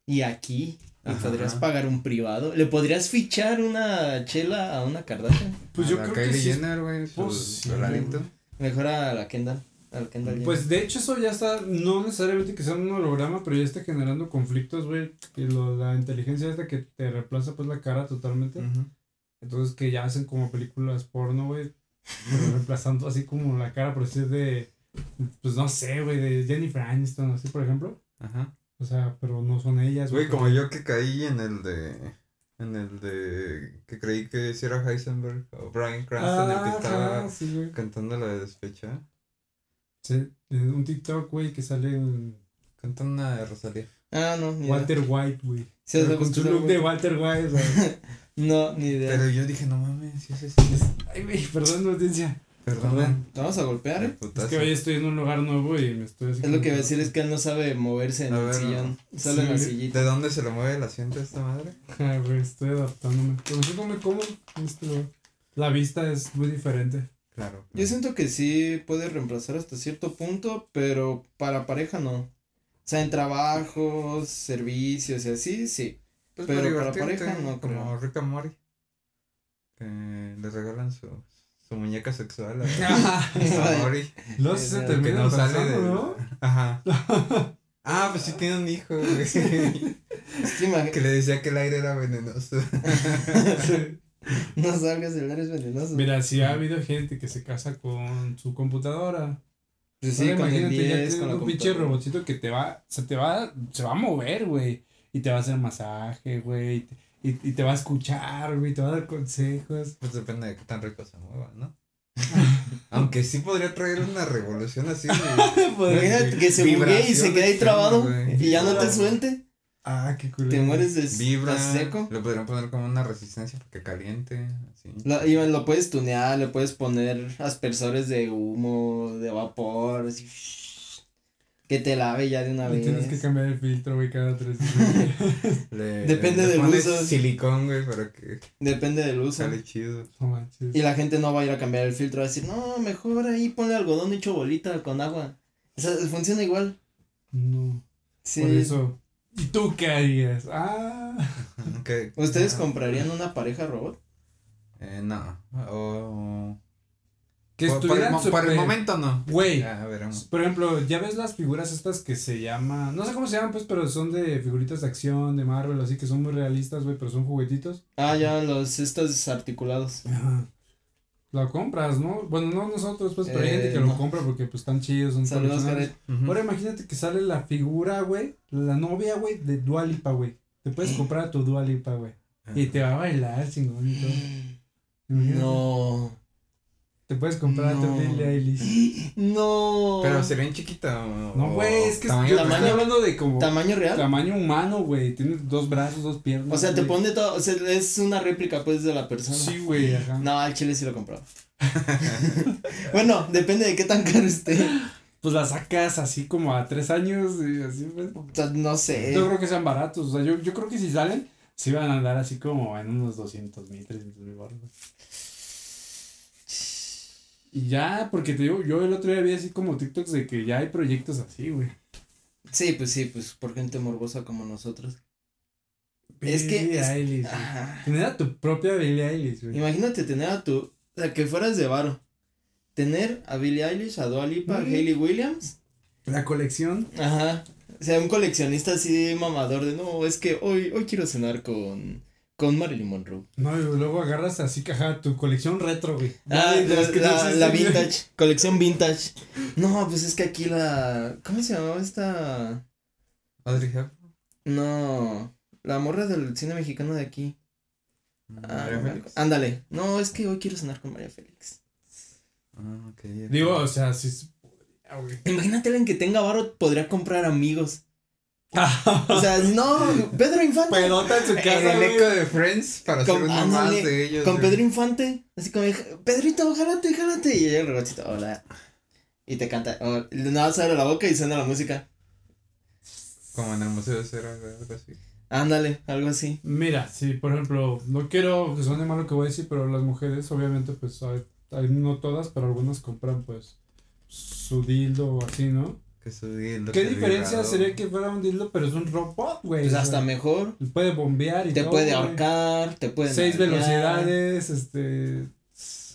[SPEAKER 2] Y aquí le
[SPEAKER 1] Ajá.
[SPEAKER 2] podrías pagar un privado. Le podrías fichar una chela a una Kardashian.
[SPEAKER 3] Pues
[SPEAKER 1] A
[SPEAKER 3] yo
[SPEAKER 1] la
[SPEAKER 3] creo
[SPEAKER 1] Kylie
[SPEAKER 3] que sí. es
[SPEAKER 1] Jenner, güey, su- su
[SPEAKER 3] posible,
[SPEAKER 1] ladito.
[SPEAKER 3] güey.
[SPEAKER 2] Mejor a la Kendall. A la Kendall Jenner.
[SPEAKER 3] Pues de hecho eso ya está, no necesariamente que sea un holograma, pero ya está generando conflictos, güey. Y lo- la inteligencia esta que te reemplaza pues la cara totalmente.
[SPEAKER 1] Ujú.
[SPEAKER 3] Entonces que ya hacen como películas porno, güey. pero reemplazando así como la cara, por decir de, pues no sé, güey, de Jennifer Aniston, así por ejemplo.
[SPEAKER 1] Ajá.
[SPEAKER 3] O sea, pero no son ellas,
[SPEAKER 1] Güey, como
[SPEAKER 3] porque-
[SPEAKER 1] yo que caí en el de, en el de, que creí que si era Heisenberg o Brian Cranston, el
[SPEAKER 3] Ah,
[SPEAKER 1] que estaba
[SPEAKER 3] ajá, sí, güey.
[SPEAKER 1] cantando la de ¿eh? despecha.
[SPEAKER 3] Sí, eh, un TikTok, güey, que sale en
[SPEAKER 1] Cantando una de Rosalía.
[SPEAKER 2] Ah, no, ni idea.
[SPEAKER 3] Walter White, güey.
[SPEAKER 2] Sí, es la
[SPEAKER 3] Con su
[SPEAKER 2] postura,
[SPEAKER 3] look
[SPEAKER 2] güey.
[SPEAKER 3] de Walter White, güey.
[SPEAKER 2] No, ni idea.
[SPEAKER 1] Pero yo dije, no mames, sí, sí, sí.
[SPEAKER 3] Ay, güey, perdón, audiencia.
[SPEAKER 1] Perdona.
[SPEAKER 2] ¿Te vamos a golpear?
[SPEAKER 1] El
[SPEAKER 2] eh?
[SPEAKER 1] putazo.
[SPEAKER 3] Es que hoy estoy en un lugar nuevo y me estoy
[SPEAKER 2] Es lo que iba a decir, es que él no sabe moverse en
[SPEAKER 1] A
[SPEAKER 2] el
[SPEAKER 1] ver,
[SPEAKER 2] sillón. Solo en la
[SPEAKER 3] Sí.
[SPEAKER 2] sillita.
[SPEAKER 1] ¿De dónde se le mueve el asiento a esta madre?
[SPEAKER 3] Ay, güey, estoy adaptándome. Pero me siento muy cómodo en este lugar. La vista es muy diferente.
[SPEAKER 1] Claro.
[SPEAKER 2] Yo siento que sí puede reemplazar hasta cierto punto, pero para pareja no. O sea, en trabajos, servicios y así, sí.
[SPEAKER 1] Pues
[SPEAKER 2] pero
[SPEAKER 1] para
[SPEAKER 2] para
[SPEAKER 1] divertirte,
[SPEAKER 2] pareja no
[SPEAKER 1] Como
[SPEAKER 2] creo.
[SPEAKER 1] Rick and Morty. Que le regalan su, su muñeca sexual a, a
[SPEAKER 2] Ay.
[SPEAKER 1] Morty.
[SPEAKER 3] Luego
[SPEAKER 2] Eh,
[SPEAKER 3] sí se
[SPEAKER 2] que
[SPEAKER 1] Que
[SPEAKER 3] termina
[SPEAKER 1] no sale
[SPEAKER 3] abrazando,
[SPEAKER 1] de...
[SPEAKER 3] ¿no?
[SPEAKER 1] Ajá. Ah, pues sí tiene un hijo, güey.
[SPEAKER 2] Sí, imag-
[SPEAKER 1] que le decía que el aire era venenoso.
[SPEAKER 2] No salgas del área es venenoso.
[SPEAKER 3] Mira, si ha habido gente que se casa con su computadora.
[SPEAKER 2] Pues
[SPEAKER 3] Ahora
[SPEAKER 2] sí, con el
[SPEAKER 3] imagínate ya
[SPEAKER 2] 10,
[SPEAKER 3] tener
[SPEAKER 2] con la
[SPEAKER 3] un pinche
[SPEAKER 2] computadora.
[SPEAKER 3] robotcito que te va, se te va, se va a mover, güey. Y te va a hacer masaje, güey. Y, te- y- y te va a escuchar, güey. Te va a dar consejos.
[SPEAKER 1] Pues depende de qué tan rico se mueva, ¿no? Aunque sí podría traer una revolución así. güey.
[SPEAKER 2] Imagínate que se buguee y se
[SPEAKER 1] Vibración
[SPEAKER 2] quede ahí
[SPEAKER 1] de
[SPEAKER 2] trabado
[SPEAKER 1] chamba, güey.
[SPEAKER 2] y ya no te
[SPEAKER 1] Vibra.
[SPEAKER 2] suelte.
[SPEAKER 3] Ah, qué culero.
[SPEAKER 2] Te mueres de
[SPEAKER 1] Vibra.
[SPEAKER 2] estás seco.
[SPEAKER 1] Lo podrían poner como una resistencia para que caliente. Así.
[SPEAKER 2] La- y lo puedes tunear, le puedes poner aspersores de humo, de vapor, así, que te lave ya de una
[SPEAKER 3] Y
[SPEAKER 2] vez.
[SPEAKER 3] tienes que cambiar el filtro, güey, cada tres días.
[SPEAKER 1] Le-
[SPEAKER 2] Depende
[SPEAKER 1] le
[SPEAKER 2] del
[SPEAKER 1] pones
[SPEAKER 2] uso.
[SPEAKER 1] silicón, güey, para que
[SPEAKER 2] Depende del uso.
[SPEAKER 1] sale chido.
[SPEAKER 3] No manches.
[SPEAKER 2] Y la gente no va a ir a cambiar el filtro, va a decir, no, mejor ahí ponle algodón hecho bolita con agua. O sea, funciona igual.
[SPEAKER 3] No.
[SPEAKER 2] Sí.
[SPEAKER 3] Por eso. ¿Y tú qué harías? Ah.
[SPEAKER 1] Que-
[SPEAKER 2] ¿Ustedes
[SPEAKER 1] ah,
[SPEAKER 2] comprarían una pareja robot?
[SPEAKER 1] eh, no. Eh, O, o- Por-
[SPEAKER 3] Que
[SPEAKER 1] por, el,
[SPEAKER 3] estuvieran
[SPEAKER 1] mo- por el
[SPEAKER 3] súper-
[SPEAKER 1] momento no.
[SPEAKER 3] Güey,
[SPEAKER 1] Ya veremos.
[SPEAKER 3] por ejemplo, ya ves las figuras estas que se llaman, no sé cómo se llaman, pues, pero son de figuritas de acción, de Marvel, así que son muy realistas, güey, pero son juguetitos.
[SPEAKER 2] Ah, ya, los estos desarticulados.
[SPEAKER 3] La compras, ¿no? Bueno, no nosotros, pues, pero hay
[SPEAKER 2] Eh,
[SPEAKER 3] gente que
[SPEAKER 2] no.
[SPEAKER 3] lo compra porque, pues, están chidos, son
[SPEAKER 2] Saludos,
[SPEAKER 3] coleccionables.
[SPEAKER 2] Jared.
[SPEAKER 1] Ujú.
[SPEAKER 3] Ahora imagínate que sale la figura, güey, la novia, güey, de Dualipa, güey. Te puedes comprar tu Dualipa, güey.
[SPEAKER 1] Ah.
[SPEAKER 3] Y te va a bailar, chingón y todo. Imagínate.
[SPEAKER 2] No.
[SPEAKER 3] Te puedes comprar
[SPEAKER 2] No.
[SPEAKER 3] tu Billie Eilish.
[SPEAKER 2] No.
[SPEAKER 1] Pero sería en chiquita o-
[SPEAKER 3] No, güey, es que
[SPEAKER 1] tamaño
[SPEAKER 3] yo
[SPEAKER 1] real.
[SPEAKER 3] estoy hablando de como
[SPEAKER 2] ¿Tamaño real?
[SPEAKER 4] Tamaño humano, güey. Tiene dos brazos, dos piernas.
[SPEAKER 2] O sea, te
[SPEAKER 4] güey.
[SPEAKER 2] pone todo, o sea, es una réplica pues de la persona.
[SPEAKER 4] Sí, güey, ajá.
[SPEAKER 2] No, al chile sí lo compraba. bueno, depende de qué tan caro esté.
[SPEAKER 4] Pues la sacas así como a tres años y así, pues.
[SPEAKER 2] O sea, no sé.
[SPEAKER 4] Yo creo que sean baratos. O sea, yo, yo creo que si salen, sí van a andar así como en unos 200 mil, 300 mil barros. Y ya, porque te digo, yo el otro día vi así como TikToks de que ya hay proyectos así, güey.
[SPEAKER 2] Sí, pues sí, pues por gente morbosa como nosotros. Es que-
[SPEAKER 3] Billie
[SPEAKER 2] es-
[SPEAKER 3] Eilish, güey.
[SPEAKER 2] Ah,
[SPEAKER 3] Tener a tu propia Billie Eilish, güey.
[SPEAKER 2] imagínate tener a tu, o sea, que fueras de varo. Tener a Billie Eilish, a Dua Lipa, a
[SPEAKER 4] Mm.
[SPEAKER 2] Hayley Williams.
[SPEAKER 4] La colección.
[SPEAKER 2] Ajá. O sea, un coleccionista así mamador de no, es que hoy, hoy quiero cenar con, con Marilyn Monroe.
[SPEAKER 3] No, y luego agarras así, caja, tu colección retro, güey.
[SPEAKER 2] Ah,
[SPEAKER 3] Ay, de
[SPEAKER 2] la,
[SPEAKER 3] las que no
[SPEAKER 2] la-
[SPEAKER 3] existen,
[SPEAKER 2] la
[SPEAKER 3] güey.
[SPEAKER 2] vintage, colección vintage. No, pues es que aquí la, ¿cómo se llamaba esta?
[SPEAKER 1] Audrey Hepburn.
[SPEAKER 2] No, la morra del cine mexicano de aquí. Ah,
[SPEAKER 1] María
[SPEAKER 2] no me
[SPEAKER 1] Félix.
[SPEAKER 2] acu- Ándale, no, es que hoy quiero cenar con María Félix.
[SPEAKER 1] Ah, ok.
[SPEAKER 3] Digo, o sea, sí. se podría, güey.
[SPEAKER 2] Imagínate alguien que tenga varo podría comprar amigos. O sea, no, Pedro Infante.
[SPEAKER 1] Pues,
[SPEAKER 3] Pelota en su
[SPEAKER 1] el
[SPEAKER 3] casa, güey.
[SPEAKER 1] elenco de Friends para
[SPEAKER 2] Con-
[SPEAKER 1] ser uno
[SPEAKER 2] ándale,
[SPEAKER 1] más de ellos.
[SPEAKER 2] Con
[SPEAKER 1] güey.
[SPEAKER 2] Pedro Infante, así como, Pedrito, jálate, jálate. Y llega el robotcito, hola. Y te canta, oh, y nada más abre la boca y suena la música.
[SPEAKER 1] Como en el Museo de Cera, güey, algo así.
[SPEAKER 2] Ándale, algo así.
[SPEAKER 3] Mira, sí, por ejemplo, no quiero que suene mal lo que voy a decir, pero las mujeres, obviamente, pues, hay, hay- no todas, pero algunas compran, pues, su dildo o así, ¿no?
[SPEAKER 1] Que su dildo,
[SPEAKER 3] ¿Qué
[SPEAKER 1] que el
[SPEAKER 3] diferencia
[SPEAKER 1] vibrador.
[SPEAKER 3] sería que fuera un dildo, pero es un robot, güey?
[SPEAKER 2] Pues
[SPEAKER 3] O
[SPEAKER 2] hasta
[SPEAKER 3] sea,
[SPEAKER 2] mejor.
[SPEAKER 3] Puede bombear y
[SPEAKER 2] Te
[SPEAKER 3] todo,
[SPEAKER 2] puede
[SPEAKER 3] güey.
[SPEAKER 2] ahorcar, te puede.
[SPEAKER 3] Seis
[SPEAKER 2] nalguear.
[SPEAKER 3] velocidades, este...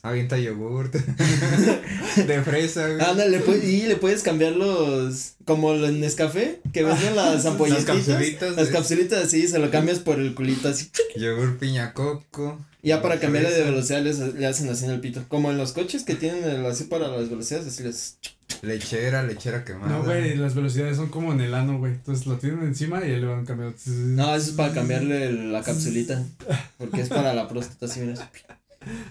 [SPEAKER 1] Avienta yogurt. de fresa, güey.
[SPEAKER 2] Ándale, pues, y le puedes cambiar los. Como los Nescafé, que venden las
[SPEAKER 1] Las
[SPEAKER 2] ampolletitas.
[SPEAKER 1] capsulitas.
[SPEAKER 2] Las
[SPEAKER 1] de
[SPEAKER 2] capsulitas así, se lo cambias por el culito así.
[SPEAKER 1] Yogur piña coco.
[SPEAKER 2] Ya para
[SPEAKER 1] de
[SPEAKER 2] cambiarle de
[SPEAKER 1] fresa,
[SPEAKER 2] velocidad les- le, hacen así en el pito. Como en los coches que tienen el- así para las velocidades, así les.
[SPEAKER 1] Lechera, lechera quemada.
[SPEAKER 3] No, güey, las velocidades son como en el ano, güey. Entonces lo tienen encima y ya le van cambiando.
[SPEAKER 2] No, eso es para cambiarle el- la capsulita. Porque es para la próstata, así mira.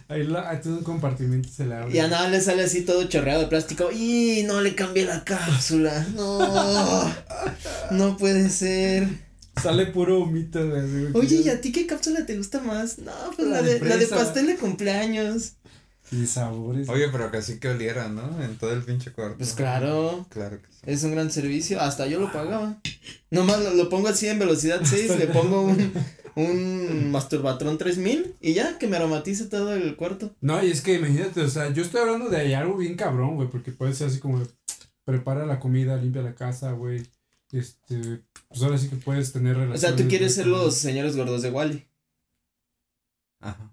[SPEAKER 3] Ahí, la, ahí tiene un compartimiento, se le abre.
[SPEAKER 2] Y a nada le sale así todo chorreado de plástico. ¡Y no le cambié la cápsula! ¡No! No puede ser.
[SPEAKER 3] Sale puro humito, güey. así, güey.
[SPEAKER 2] Oye, ¿y a ti qué cápsula te gusta más? No, pues la,
[SPEAKER 3] La
[SPEAKER 2] de,
[SPEAKER 3] de
[SPEAKER 2] la de
[SPEAKER 3] fresa.
[SPEAKER 2] pastel de cumpleaños.
[SPEAKER 3] Y sabores.
[SPEAKER 1] Oye, pero que así que oliera, ¿no? En todo el pinche cuarto.
[SPEAKER 2] Pues claro,
[SPEAKER 1] Claro que sí.
[SPEAKER 2] es un gran servicio. Hasta yo lo pagaba. Nomás lo, lo pongo así en velocidad 6, le pongo un, un masturbatrón 3000 y ya que me aromatice todo el cuarto.
[SPEAKER 3] No, y es que imagínate, o sea, yo estoy hablando de ahí algo bien cabrón, güey, porque puede ser así como prepara la comida, limpia la casa, güey. Este, pues ahora sí que puedes tener
[SPEAKER 2] O
[SPEAKER 3] relaciones.
[SPEAKER 2] sea, tú quieres
[SPEAKER 3] güey,
[SPEAKER 2] ser
[SPEAKER 3] con-
[SPEAKER 2] los señores gordos de Wally.
[SPEAKER 1] Ajá.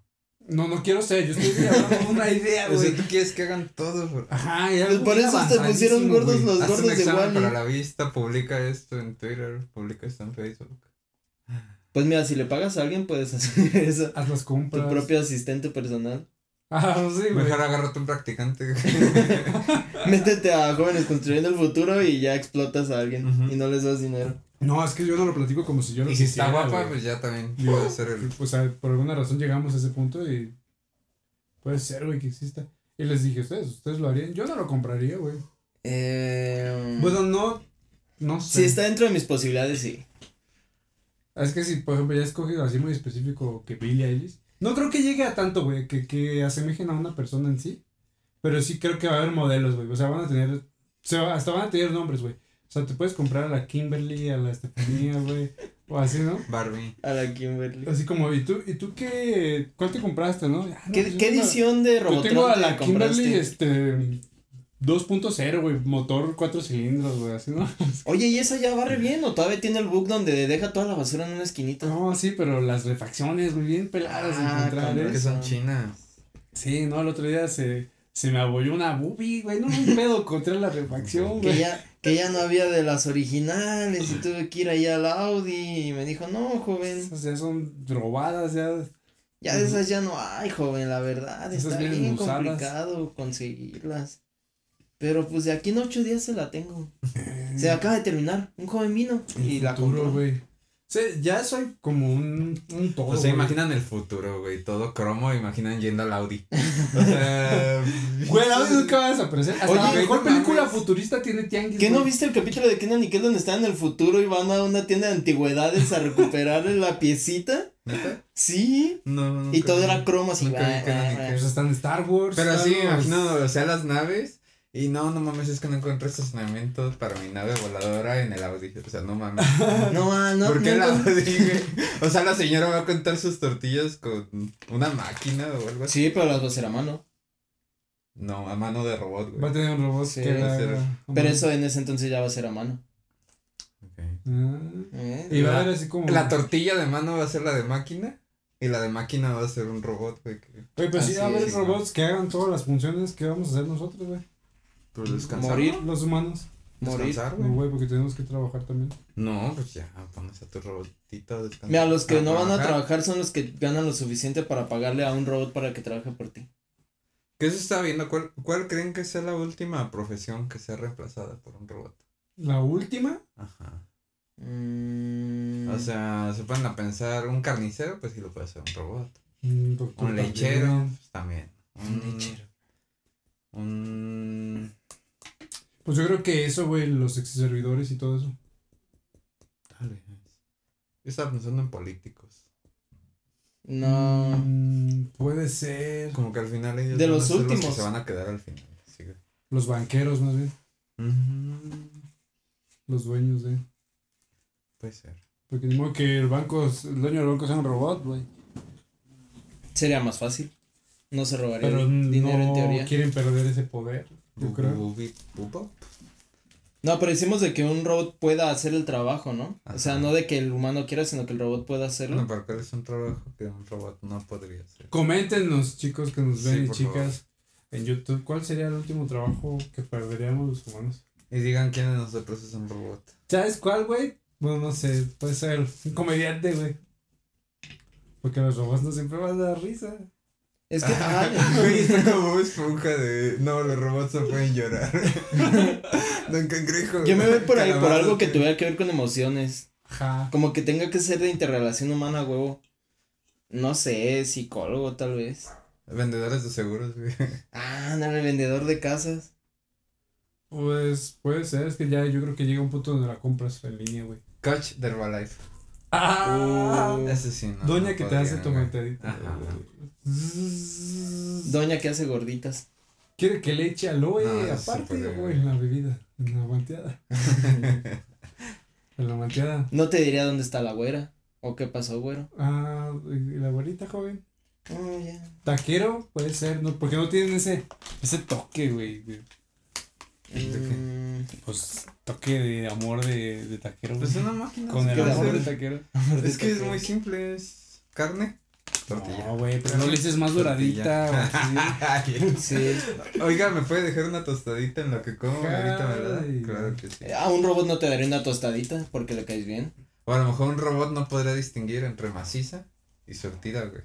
[SPEAKER 3] No, no quiero ser, yo estoy hablando de una idea,
[SPEAKER 1] O sea,
[SPEAKER 3] güey.
[SPEAKER 1] tú quieres que hagan todo. bro.
[SPEAKER 3] Ajá, ya.
[SPEAKER 2] Pues por eso te pusieron gordos los
[SPEAKER 1] Haz un
[SPEAKER 2] gordos de
[SPEAKER 1] examen para
[SPEAKER 2] Wally.
[SPEAKER 1] la vista, publica esto en Twitter, publica esto en Facebook.
[SPEAKER 2] Pues mira, si le pagas a alguien puedes hacer eso.
[SPEAKER 3] Haz las compras.
[SPEAKER 2] Tu propio asistente personal.
[SPEAKER 3] Ah, sí, güey.
[SPEAKER 1] Mejor agárrate un practicante.
[SPEAKER 2] Métete a jóvenes construyendo el futuro y ya explotas a alguien
[SPEAKER 1] Ujú.
[SPEAKER 2] y no les das dinero.
[SPEAKER 3] No, es que yo no lo platico como si yo lo
[SPEAKER 1] y si está
[SPEAKER 3] quisiera,
[SPEAKER 1] guapa,
[SPEAKER 3] güey.
[SPEAKER 1] pues ya también puede ser el.
[SPEAKER 3] O sea, por alguna razón llegamos a ese punto y puede ser, güey, que exista. Y les dije, ustedes, ustedes lo harían. Yo no lo compraría, güey.
[SPEAKER 2] Eh,
[SPEAKER 3] Bueno, no, no sé.
[SPEAKER 2] Si está dentro de mis posibilidades, sí.
[SPEAKER 3] Ah, Es que si, por ejemplo, ya escogido así muy específico que Billie Eilish. No creo que llegue a tanto, güey, que, que asemejen a una persona en sí. Pero sí creo que va a haber modelos, güey. O sea, van a tener. se va- hasta van a tener nombres, güey. O sea, te puedes comprar a la Kimberly, a la Estefanía, güey. O así, ¿no?
[SPEAKER 1] Barbie.
[SPEAKER 2] A la Kimberly.
[SPEAKER 3] Así como, ¿y tú, ¿y tú qué? ¿Cuál te compraste, no? Ah, no,
[SPEAKER 2] ¿Qué,
[SPEAKER 3] pues,
[SPEAKER 2] qué
[SPEAKER 3] yo me-
[SPEAKER 2] edición de
[SPEAKER 3] Yo tengo
[SPEAKER 2] Robotron
[SPEAKER 3] a
[SPEAKER 2] te
[SPEAKER 3] la Kimberly,
[SPEAKER 2] compraste?
[SPEAKER 3] este. 2.0, güey. Motor cuatro cilindros, güey. Así, ¿no?
[SPEAKER 2] Oye, ¿y esa ya barre bien o todavía tiene el bug donde deja toda la basura en una esquinita?
[SPEAKER 3] No, sí, pero las refacciones, muy bien peladas de
[SPEAKER 2] Ah,
[SPEAKER 3] encontrar,
[SPEAKER 2] con
[SPEAKER 3] ¿eh?
[SPEAKER 1] Que son chinas.
[SPEAKER 3] Sí, no, el otro día se
[SPEAKER 4] se me abolló una boobie, güey. No un pedo contra la refacción,
[SPEAKER 2] Que
[SPEAKER 4] güey.
[SPEAKER 2] ya, que ya no había de las originales y tuve que ir ahí al Audi y me dijo, no, joven,
[SPEAKER 4] Esas ya son robadas, ya.
[SPEAKER 2] ya de esas ya no hay, joven, la verdad,
[SPEAKER 4] Esas
[SPEAKER 2] está
[SPEAKER 4] vienen
[SPEAKER 2] bien
[SPEAKER 4] usadas.
[SPEAKER 2] complicado conseguirlas. Pero pues de aquí en ocho días se la tengo. Se acaba de terminar, un joven vino y la
[SPEAKER 3] Futuro,
[SPEAKER 2] compró.
[SPEAKER 3] güey. Sí, ya soy como un, un todo.
[SPEAKER 1] O sea,
[SPEAKER 3] Oh, güey.
[SPEAKER 1] imaginan el futuro, güey. Todo cromo, imaginan yendo al Audi. O sea,
[SPEAKER 3] Güey, la audio nunca va a desaparecer. Hasta
[SPEAKER 2] Oye,
[SPEAKER 3] la mejor
[SPEAKER 1] no
[SPEAKER 3] película
[SPEAKER 1] mames.
[SPEAKER 3] futurista tiene tianguis.
[SPEAKER 2] ¿Qué no
[SPEAKER 3] güey.
[SPEAKER 2] viste el capítulo de Kenan y Kel donde están en el futuro y van a una tienda de antigüedades a recuperarle la piecita?
[SPEAKER 1] ¿neta?
[SPEAKER 2] Sí.
[SPEAKER 1] No,
[SPEAKER 2] Y
[SPEAKER 1] nunca
[SPEAKER 2] todo
[SPEAKER 1] vi.
[SPEAKER 2] era cromo así.
[SPEAKER 1] Nunca vi
[SPEAKER 2] bah,
[SPEAKER 1] Kenan y
[SPEAKER 2] bah, bah.
[SPEAKER 1] Kel.
[SPEAKER 3] Pues están Star Wars.
[SPEAKER 1] Pero
[SPEAKER 3] están
[SPEAKER 1] sí,
[SPEAKER 3] los-
[SPEAKER 1] imagino, o sea, las naves. Y no, no mames, es que no encuentro estacionamiento para mi nave voladora en el Audi. O sea, no mames.
[SPEAKER 2] No, ah, no.
[SPEAKER 1] ¿Por qué
[SPEAKER 2] no
[SPEAKER 1] el
[SPEAKER 2] encuentro-
[SPEAKER 1] Audi, güey? O sea, la señora va a contar sus tortillas con una máquina o algo así.
[SPEAKER 2] Sí, pero las va a hacer a mano.
[SPEAKER 1] No, a mano de robot,
[SPEAKER 3] Va a
[SPEAKER 1] güey.
[SPEAKER 3] tener un robot
[SPEAKER 2] Sí,
[SPEAKER 3] que la-
[SPEAKER 1] pero-
[SPEAKER 2] Pero eso en ese entonces ya va a ser a mano.
[SPEAKER 1] Ok.
[SPEAKER 3] Ah.
[SPEAKER 2] ¿eh?
[SPEAKER 3] Y va a
[SPEAKER 1] La-
[SPEAKER 3] haber así como.
[SPEAKER 1] La tortilla de mano va a ser la de máquina. Y la de máquina va a ser un robot, güey. que-
[SPEAKER 3] Oye, pues sí,
[SPEAKER 2] Así
[SPEAKER 3] va a haber
[SPEAKER 1] es,
[SPEAKER 3] robots que hagan todas las funciones que vamos a hacer nosotros, güey.
[SPEAKER 1] Pues descansar.
[SPEAKER 2] Morir.
[SPEAKER 3] Los humanos.
[SPEAKER 2] Morir.
[SPEAKER 1] Descansar,
[SPEAKER 3] No,
[SPEAKER 1] güey.
[SPEAKER 3] güey, porque tenemos que trabajar también.
[SPEAKER 1] No, pues ya, pones a tu robotito a descansar.
[SPEAKER 2] Mira, los que no van a trabajar son los que ganan lo suficiente para pagarle a un robot para que trabaje por ti.
[SPEAKER 1] ¿Qué se está viendo? ¿Cuál, ¿Cuál creen que sea la última profesión que sea reemplazada por un robot?
[SPEAKER 3] La última.
[SPEAKER 1] Ajá.
[SPEAKER 2] Mm,
[SPEAKER 1] O sea, se pueden a pensar, un carnicero, pues sí lo puede hacer un robot.
[SPEAKER 3] mm, doctor
[SPEAKER 1] Un
[SPEAKER 3] también.
[SPEAKER 1] lechero, pues también.
[SPEAKER 2] un
[SPEAKER 1] Un
[SPEAKER 2] lechero.
[SPEAKER 1] Un.
[SPEAKER 3] Pues yo creo que eso, güey, los exservidores y todo eso.
[SPEAKER 1] Tal vez. Yo estaba pensando en políticos.
[SPEAKER 2] No.
[SPEAKER 3] Mm, puede ser.
[SPEAKER 1] Como que al final ellos.
[SPEAKER 2] De
[SPEAKER 1] van a
[SPEAKER 2] los
[SPEAKER 1] ser que
[SPEAKER 2] últimos.
[SPEAKER 1] se van a quedar al final. sí, güey.
[SPEAKER 3] Los banqueros, más bien. Los dueños de.
[SPEAKER 1] Puede ser.
[SPEAKER 3] Porque ni modo que el banco, el dueño del banco sea un robot, güey.
[SPEAKER 2] Sería más fácil. No se robaría
[SPEAKER 3] Pero
[SPEAKER 2] el dinero
[SPEAKER 3] no
[SPEAKER 2] en teoría.
[SPEAKER 3] quieren perder ese poder. Yo creo.
[SPEAKER 1] Bubi- bubo.
[SPEAKER 2] No, pero decimos de que un robot pueda hacer el trabajo, ¿no? O sea,
[SPEAKER 1] Ajá.
[SPEAKER 2] no de que el humano quiera, sino que el robot pueda hacerlo.
[SPEAKER 1] Bueno, pero ¿cuál es un trabajo que un robot no podría hacer?
[SPEAKER 3] Coméntenos, chicos que nos ven
[SPEAKER 1] Sí,
[SPEAKER 3] y
[SPEAKER 1] por
[SPEAKER 3] chicas en YouTube, ¿cuál sería el último trabajo que perderíamos los humanos?
[SPEAKER 1] Y digan quién de nosotros es un robot.
[SPEAKER 3] ¿Sabes cuál, güey? Bueno, no sé, puede ser un comediante, güey. Porque los robots no siempre van a dar risa.
[SPEAKER 2] Es que.
[SPEAKER 1] Ah, Güey, está como Bob esponja de. No, los robots no pueden llorar. Don Cangrejo.
[SPEAKER 2] Yo me voy por ahí, por
[SPEAKER 1] Calamardo
[SPEAKER 2] algo que
[SPEAKER 1] tiene-
[SPEAKER 2] tuviera que ver con emociones.
[SPEAKER 3] Ajá.
[SPEAKER 2] Como que tenga que ser de interrelación humana, huevo. No sé, psicólogo tal vez.
[SPEAKER 1] Vendedores de seguros, güey.
[SPEAKER 2] Ah, no, el vendedor de casas.
[SPEAKER 3] Pues puede ser, es que ya yo creo que llega un punto donde la compras en línea, güey.
[SPEAKER 1] Coach de Herbalife.
[SPEAKER 3] Ah,
[SPEAKER 1] Ese sí, Uh, no.
[SPEAKER 3] Doña
[SPEAKER 1] no
[SPEAKER 3] que te
[SPEAKER 1] podría,
[SPEAKER 3] hace tu
[SPEAKER 1] güey.
[SPEAKER 3] mentadita.
[SPEAKER 1] Ajá.
[SPEAKER 3] Zzzz.
[SPEAKER 2] Doña que hace gorditas.
[SPEAKER 3] Quiere que le eche aloe
[SPEAKER 1] No, eso sí
[SPEAKER 3] aparte,
[SPEAKER 1] puede,
[SPEAKER 3] güey,
[SPEAKER 1] güey.
[SPEAKER 3] en la bebida, en la manteada. en la manteada.
[SPEAKER 2] No te diría dónde está la güera. ¿O qué pasó, güero?
[SPEAKER 3] Ah, y la abuelita joven.
[SPEAKER 2] Oh, ya.
[SPEAKER 3] Taquero puede ser, no, porque no tienen ese, ese toque, güey. de-
[SPEAKER 2] Mm,
[SPEAKER 4] Pues toque de amor de, de taquero.
[SPEAKER 1] Pues
[SPEAKER 4] güey.
[SPEAKER 1] una máquina.
[SPEAKER 4] Con
[SPEAKER 1] sí
[SPEAKER 4] el
[SPEAKER 1] puede
[SPEAKER 4] amor
[SPEAKER 1] ser.
[SPEAKER 4] de taquero.
[SPEAKER 1] Es que es muy simple, es carne. Tortilla.
[SPEAKER 4] No, güey, pero no le dices más doradita. o así.
[SPEAKER 1] Ay,
[SPEAKER 2] Sí.
[SPEAKER 1] Oiga, ¿me puede dejar una tostadita en lo que como? Ahorita me la da?
[SPEAKER 3] Ay.
[SPEAKER 1] Claro que sí.
[SPEAKER 2] A un robot no te daría una tostadita porque le caes bien.
[SPEAKER 1] O a lo mejor un robot no podría distinguir entre maciza y surtida, güey.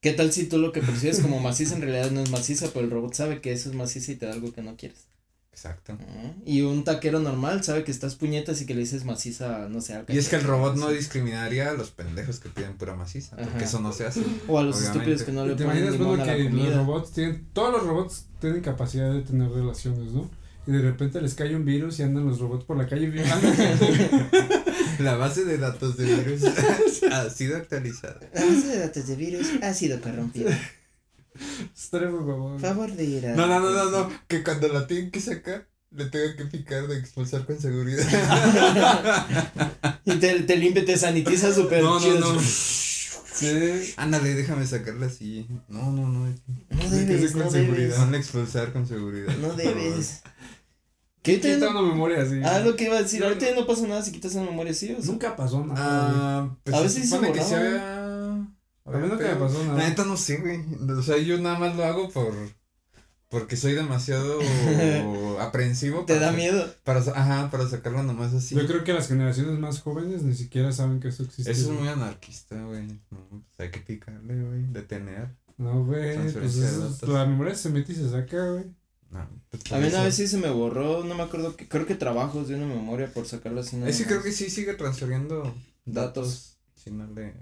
[SPEAKER 2] ¿Qué tal si tú lo que percibes como maciza en realidad no es maciza, pero el robot sabe que eso es maciza y te da algo que no quieres?
[SPEAKER 1] Exacto.
[SPEAKER 2] Ah, Y un taquero normal sabe que estás puñetas y que le dices maciza, no sé, al
[SPEAKER 1] Y es que el
[SPEAKER 2] cachorro,
[SPEAKER 1] robot
[SPEAKER 2] no
[SPEAKER 1] no
[SPEAKER 2] sé.
[SPEAKER 1] discriminaría a los pendejos que piden pura maciza, porque
[SPEAKER 2] Ajá.
[SPEAKER 1] eso no se hace.
[SPEAKER 2] O a los
[SPEAKER 1] obviamente.
[SPEAKER 2] estúpidos que no le
[SPEAKER 3] ¿Te
[SPEAKER 2] ponen
[SPEAKER 3] imaginas,
[SPEAKER 2] limón
[SPEAKER 3] bueno,
[SPEAKER 2] a la
[SPEAKER 3] que los
[SPEAKER 2] comida.
[SPEAKER 3] robots tienen, todos los robots tienen capacidad de tener relaciones, ¿no? Y de repente les cae un virus y andan los robots por la calle violando gente.
[SPEAKER 1] La base de datos de virus ha sido actualizada.
[SPEAKER 2] La base de Ah, datos de virus ha sido corrompida.
[SPEAKER 3] Estaría muy babón.
[SPEAKER 2] Favor de ir a.
[SPEAKER 1] No, no, no, no, no, que cuando la tienen que sacar, le tengan que picar de expulsar con seguridad.
[SPEAKER 2] Y te, te limpia, te sanitiza súper
[SPEAKER 1] No, no,
[SPEAKER 2] chido,
[SPEAKER 1] no.
[SPEAKER 2] así.
[SPEAKER 4] Sí.
[SPEAKER 1] Ándale, déjame sacarla así. No, no, no.
[SPEAKER 2] No
[SPEAKER 1] Tiene que ser
[SPEAKER 2] debes,
[SPEAKER 1] con
[SPEAKER 2] no
[SPEAKER 1] seguridad.
[SPEAKER 2] debes.
[SPEAKER 1] Van a expulsar con seguridad.
[SPEAKER 2] No
[SPEAKER 1] por
[SPEAKER 2] debes. ¿Qué te.?
[SPEAKER 3] Quita una memoria así.
[SPEAKER 2] Ah, lo que iba a decir,
[SPEAKER 3] No,
[SPEAKER 2] ahorita ya no pasa nada si quitas la memoria, sí, o sea.
[SPEAKER 3] Nunca pasó
[SPEAKER 1] favor.
[SPEAKER 3] nada. güey.
[SPEAKER 1] Ah, pues
[SPEAKER 2] A
[SPEAKER 1] se
[SPEAKER 2] veces se
[SPEAKER 1] supone que
[SPEAKER 2] borraba,
[SPEAKER 1] sí
[SPEAKER 2] ¿no?
[SPEAKER 1] había-
[SPEAKER 3] A mí
[SPEAKER 1] había
[SPEAKER 3] nunca me
[SPEAKER 1] pedo.
[SPEAKER 3] pasó
[SPEAKER 1] La
[SPEAKER 3] nada.
[SPEAKER 1] neta no sé, güey. O sea, yo nada más lo hago por Porque soy demasiado aprensivo.
[SPEAKER 2] Te
[SPEAKER 1] para
[SPEAKER 2] da
[SPEAKER 1] sa-
[SPEAKER 2] miedo.
[SPEAKER 1] Para, sa- ajá, para sacarlo nomás así.
[SPEAKER 3] Yo creo que las generaciones más jóvenes ni siquiera saben que esto existe.
[SPEAKER 1] Eso es
[SPEAKER 3] güey.
[SPEAKER 1] muy anarquista, güey. No, pues hay que picarle, güey. Detener.
[SPEAKER 3] No, güey.
[SPEAKER 1] Transferencia
[SPEAKER 3] Pues
[SPEAKER 1] de
[SPEAKER 3] eso es-
[SPEAKER 1] datos.
[SPEAKER 3] la memoria se mete y se saca, güey.
[SPEAKER 1] No, pues por
[SPEAKER 2] A mí
[SPEAKER 1] eso-
[SPEAKER 2] una vez sí se me borró, no me acuerdo, que, creo que trabajos de una memoria por sacarlo así. nada
[SPEAKER 1] Es que
[SPEAKER 2] más.
[SPEAKER 1] creo que sí sigue transfiriendo
[SPEAKER 2] Datos.
[SPEAKER 1] Si no le,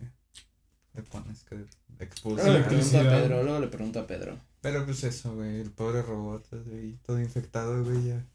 [SPEAKER 1] le pones que
[SPEAKER 2] Luego le
[SPEAKER 1] expulsa.
[SPEAKER 2] pregunto a
[SPEAKER 3] Electricidad.
[SPEAKER 2] Pedro, luego le pregunto a Pedro.
[SPEAKER 1] Pero pues eso, güey. El pobre robot, güey. Todo infectado, güey. Ya.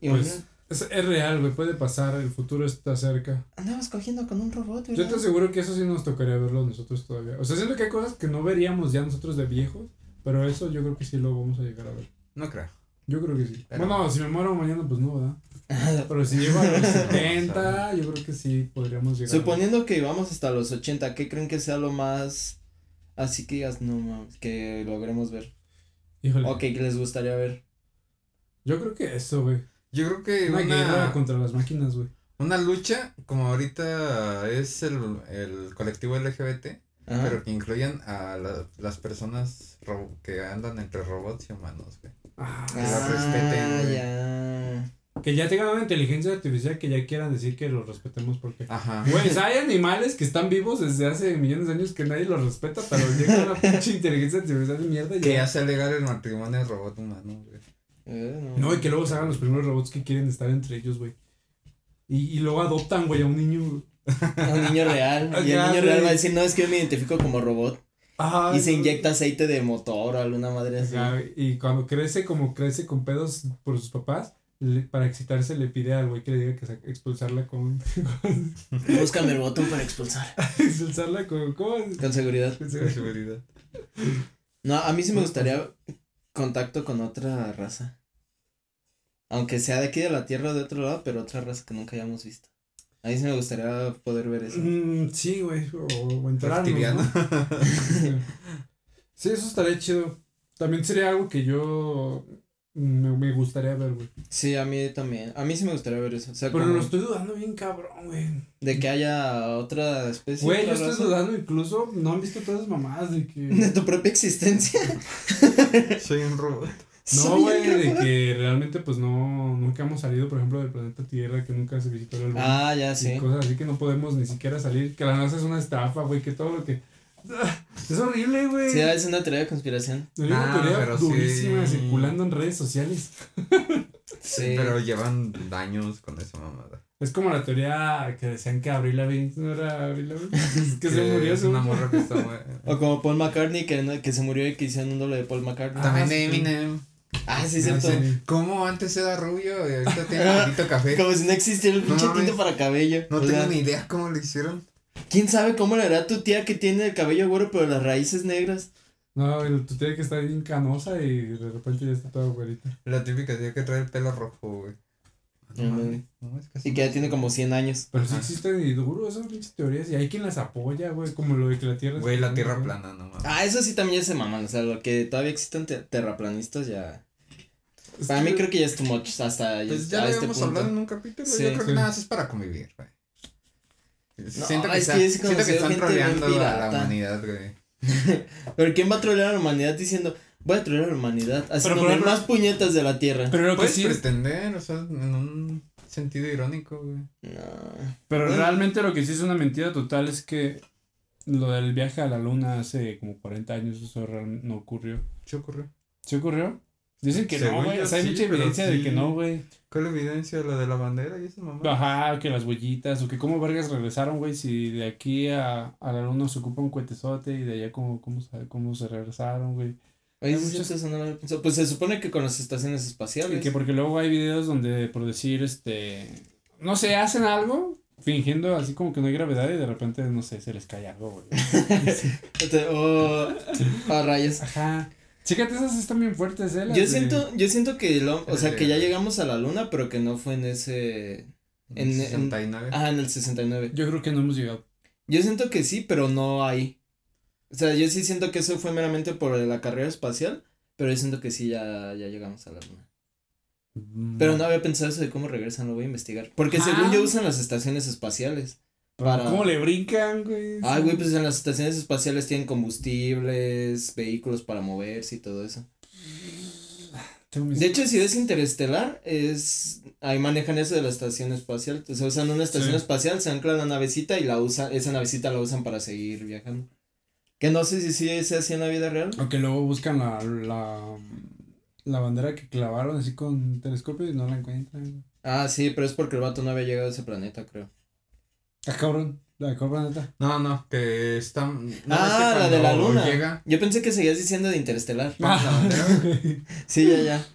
[SPEAKER 2] Y
[SPEAKER 3] Pues-
[SPEAKER 2] bueno,
[SPEAKER 3] Es, es real, güey. Puede pasar. El futuro está cerca.
[SPEAKER 2] andabas cogiendo con un robot,
[SPEAKER 3] Yo te
[SPEAKER 2] ¿verdad?
[SPEAKER 3] aseguro que eso sí nos tocaría verlo nosotros todavía. O sea, siento que hay cosas que no veríamos ya nosotros de viejos. Pero eso yo creo que sí lo vamos a llegar a ver.
[SPEAKER 1] No creo.
[SPEAKER 3] Yo creo que sí.
[SPEAKER 1] Pero-
[SPEAKER 3] Bueno, si me muero mañana, pues no, ¿verdad? Pero si llego a los 70, yo creo que sí podríamos llegar. a ver.
[SPEAKER 2] Suponiendo que vamos hasta los 80, ¿qué creen que sea lo más así que digas, no mames, que logremos ver?
[SPEAKER 3] Híjole.
[SPEAKER 2] O que les gustaría ver.
[SPEAKER 3] Yo creo que eso, güey.
[SPEAKER 1] Yo creo que
[SPEAKER 3] Una guerra
[SPEAKER 1] una,
[SPEAKER 3] contra las máquinas, güey.
[SPEAKER 1] una lucha, como ahorita es el, el colectivo LGBT,
[SPEAKER 2] Ajá.
[SPEAKER 1] pero que incluyan a la- las personas ro- que andan entre robots y humanos, güey. que la respeten,
[SPEAKER 2] ah,
[SPEAKER 1] güey.
[SPEAKER 2] ya.
[SPEAKER 3] Que ya tengan una inteligencia artificial que ya quieran decir que los respetemos porque.
[SPEAKER 1] Ajá.
[SPEAKER 3] Güey, o sea, hay animales que están vivos desde hace millones de años que nadie los respeta, pero llega una pinche inteligencia artificial de mierda y
[SPEAKER 1] Que
[SPEAKER 3] ya.
[SPEAKER 1] hace legal el matrimonio robot humano, güey.
[SPEAKER 2] Eh, no.
[SPEAKER 3] No, y que luego se hagan los primeros robots que quieren estar entre ellos, güey. Y, y luego adoptan, güey, a un niño. güey.
[SPEAKER 2] A Un niño real. y el
[SPEAKER 3] Ya,
[SPEAKER 2] niño real
[SPEAKER 3] güey.
[SPEAKER 2] va a decir, no, es que yo me identifico como robot.
[SPEAKER 3] Ajá,
[SPEAKER 2] y se
[SPEAKER 3] güey.
[SPEAKER 2] inyecta aceite de motor o alguna madre así.
[SPEAKER 3] Ajá, y cuando crece, como crece con pedos por sus papás, le- para excitarse le pide al güey que le diga que sa- expulsarla con.
[SPEAKER 2] Búscame el botón para expulsar.
[SPEAKER 3] expulsarla con. ¿Cómo? es?
[SPEAKER 2] Con seguridad.
[SPEAKER 1] Con seguridad.
[SPEAKER 2] No, a mí sí me gustaría contacto con otra raza. Aunque sea de aquí de la tierra o de otro lado, pero otra raza que nunca hayamos visto. A mí sí me gustaría poder ver eso.
[SPEAKER 3] Mm, sí, güey. O, o enterarnos,
[SPEAKER 1] Reptiliano.
[SPEAKER 3] ¿no? Sí, eso estaría chido. También sería algo que yo me, me gustaría ver, güey.
[SPEAKER 2] Sí, a mí también. A mí sí me gustaría ver eso. O sea,
[SPEAKER 3] Pero
[SPEAKER 2] como
[SPEAKER 3] lo estoy dudando bien cabrón, güey.
[SPEAKER 2] de que haya otra especie.
[SPEAKER 3] Güey, yo
[SPEAKER 2] otra
[SPEAKER 3] estoy
[SPEAKER 2] raza
[SPEAKER 3] dudando incluso, no han visto todas las mamadas de que...
[SPEAKER 2] De tu propia existencia.
[SPEAKER 1] Soy un robot.
[SPEAKER 3] No,
[SPEAKER 2] Soy
[SPEAKER 3] güey,
[SPEAKER 2] el
[SPEAKER 3] de
[SPEAKER 2] robot.
[SPEAKER 3] que realmente pues no, nunca hemos salido, por ejemplo, del planeta Tierra, que nunca se visitó el mundo.
[SPEAKER 2] Ah, ya, sí.
[SPEAKER 3] Y cosas así que no podemos ni siquiera salir, que la NASA es una estafa, güey, que todo lo que... Es horrible, güey.
[SPEAKER 2] Sí, es una teoría de conspiración.
[SPEAKER 3] Hay una
[SPEAKER 1] Ah,
[SPEAKER 3] teoría
[SPEAKER 1] pero sí.
[SPEAKER 3] durísima circulando en redes sociales.
[SPEAKER 2] Sí.
[SPEAKER 1] Pero llevan daños con esa mamada.
[SPEAKER 3] Es como la teoría que decían que Avril Lavigne no era Avril Lavigne, que se murió
[SPEAKER 1] es
[SPEAKER 3] hace
[SPEAKER 1] una
[SPEAKER 3] un-
[SPEAKER 1] morra que está muerta.
[SPEAKER 2] O como Paul McCartney, que, no- que se murió y que hicieron un doble de Paul McCartney.
[SPEAKER 3] Ah,
[SPEAKER 1] También
[SPEAKER 3] sí.
[SPEAKER 1] Eminem.
[SPEAKER 2] Ah, sí,
[SPEAKER 3] Ah,
[SPEAKER 2] cierto.
[SPEAKER 3] sí.
[SPEAKER 1] ¿Cómo antes era rubio y ahorita tiene poquito café?
[SPEAKER 2] Como si no existiera el
[SPEAKER 1] No
[SPEAKER 2] pinche
[SPEAKER 1] mames.
[SPEAKER 2] tinta para cabello.
[SPEAKER 1] No
[SPEAKER 2] O
[SPEAKER 1] tengo
[SPEAKER 2] sea,
[SPEAKER 1] ni idea cómo lo hicieron.
[SPEAKER 2] ¿Quién sabe cómo le hará tu tía que tiene el cabello güero pero las raíces negras?
[SPEAKER 3] No, el- tu tía que está bien canosa y de repente ya está toda güerita.
[SPEAKER 1] La típica tía que trae el pelo rojo, güey.
[SPEAKER 2] Ándale.
[SPEAKER 1] Ah, No, es
[SPEAKER 2] Y
[SPEAKER 1] casi-
[SPEAKER 2] que ya tiene como 100 años.
[SPEAKER 3] Pero sí
[SPEAKER 1] Ajá.
[SPEAKER 3] existen y duro esas pinches teorías y hay quien las apoya, güey, como lo de que la tierra es
[SPEAKER 1] Güey, la tierra plana, no mames.
[SPEAKER 2] Ah, eso sí también ya se maman. O sea, lo que todavía existen te- terraplanistas ya. Para mí creo que ya es too much hasta
[SPEAKER 1] Pues
[SPEAKER 2] a
[SPEAKER 1] ya lo
[SPEAKER 2] este
[SPEAKER 1] habíamos
[SPEAKER 2] punto.
[SPEAKER 1] hablado en un capítulo.
[SPEAKER 2] Sí.
[SPEAKER 1] Yo creo que
[SPEAKER 3] Sí.
[SPEAKER 1] nada más es para convivir, güey. siento
[SPEAKER 2] es
[SPEAKER 1] que,
[SPEAKER 2] que
[SPEAKER 1] está-
[SPEAKER 2] yo sí
[SPEAKER 1] siento que
[SPEAKER 2] conocí
[SPEAKER 1] están
[SPEAKER 2] gente bien
[SPEAKER 1] troleando a la
[SPEAKER 2] pirata.
[SPEAKER 1] humanidad, güey.
[SPEAKER 2] Pero ¿quién va a trolear a la humanidad diciendo, voy a trolear a la humanidad? Haciéndome
[SPEAKER 3] por ejemplo-
[SPEAKER 2] más puñetas de la tierra.
[SPEAKER 3] Pero lo que
[SPEAKER 1] Puedes
[SPEAKER 3] sí,
[SPEAKER 1] pretender, o sea, en un sentido irónico, güey.
[SPEAKER 2] No.
[SPEAKER 4] Pero realmente lo que sí es una mentira total es que lo del viaje a la luna hace como 40 años, eso real- no ocurrió.
[SPEAKER 1] ¿Qué ocurrió?
[SPEAKER 4] ¿Sí ocurrió? Dicen que
[SPEAKER 1] Según
[SPEAKER 4] no, güey.
[SPEAKER 1] yo
[SPEAKER 4] O sea, hay
[SPEAKER 1] sí,
[SPEAKER 4] mucha
[SPEAKER 1] pero
[SPEAKER 4] evidencia de que
[SPEAKER 1] sí.
[SPEAKER 4] no, güey.
[SPEAKER 1] ¿Cuál evidencia? ¿La de la bandera y esa mamá?
[SPEAKER 4] Ajá, que las huellitas, o que cómo vergas regresaron, güey, si de aquí a, a la luna se ocupa un cohetezote y de allá cómo, cómo, se- cómo se regresaron, güey.
[SPEAKER 2] Oye,
[SPEAKER 4] Hay
[SPEAKER 2] sí,
[SPEAKER 4] muchas-
[SPEAKER 2] cierto, eso no lo había pensado. Pues se supone que con las estaciones espaciales.
[SPEAKER 4] Y que porque luego hay videos donde, por decir, este, no sé, hacen algo fingiendo así como que no hay gravedad y de repente, no sé, se les cae algo, güey.
[SPEAKER 2] Este, Oh, oh, rayos.
[SPEAKER 4] Ajá. Chécate, esas están bien fuertes, eh. las
[SPEAKER 2] Yo
[SPEAKER 4] de-
[SPEAKER 2] siento, yo siento que lo, o
[SPEAKER 1] Las
[SPEAKER 2] sea,
[SPEAKER 1] de-
[SPEAKER 2] que ya llegamos a la luna, pero que no fue en ese, en- en-
[SPEAKER 1] 69.
[SPEAKER 2] ah, en el 69.
[SPEAKER 4] Yo creo que no hemos llegado.
[SPEAKER 2] Yo siento que sí, pero no ahí. O sea, yo sí siento que eso fue meramente por la carrera espacial, pero yo siento que sí ya, ya llegamos a la luna.
[SPEAKER 4] Mm,
[SPEAKER 3] Mm.
[SPEAKER 2] Pero no había pensado eso de cómo regresan, lo voy a investigar. Porque según
[SPEAKER 4] Ah.
[SPEAKER 2] yo usan las estaciones espaciales. para...
[SPEAKER 4] ¿Cómo le brincan, güey?
[SPEAKER 2] Ah, güey, pues en las estaciones espaciales tienen combustibles, vehículos para moverse y todo eso.
[SPEAKER 4] Tengo mis-
[SPEAKER 2] De
[SPEAKER 1] Pues
[SPEAKER 2] hecho, si ves Interestelar, es ahí manejan eso de la estación espacial. O sea, usan una estación
[SPEAKER 4] Sí.
[SPEAKER 2] espacial, se ancla la navecita y la usan, esa navecita la usan para seguir viajando. Que no sé si sí se hacía en la vida real.
[SPEAKER 4] Ok,
[SPEAKER 3] Que luego buscan la, la, la bandera que clavaron así con telescopio y no la encuentran.
[SPEAKER 2] Ah, sí, pero es porque el vato no había llegado a ese planeta, creo.
[SPEAKER 3] Ah, cabrón, la cabrón neta.
[SPEAKER 1] No, no, que está. no, es que
[SPEAKER 2] ah, la de la
[SPEAKER 1] cuando
[SPEAKER 2] luna.
[SPEAKER 1] Llega.
[SPEAKER 2] Yo pensé que seguías diciendo de Interestelar.
[SPEAKER 1] Ah.
[SPEAKER 2] Sí, ya, ya.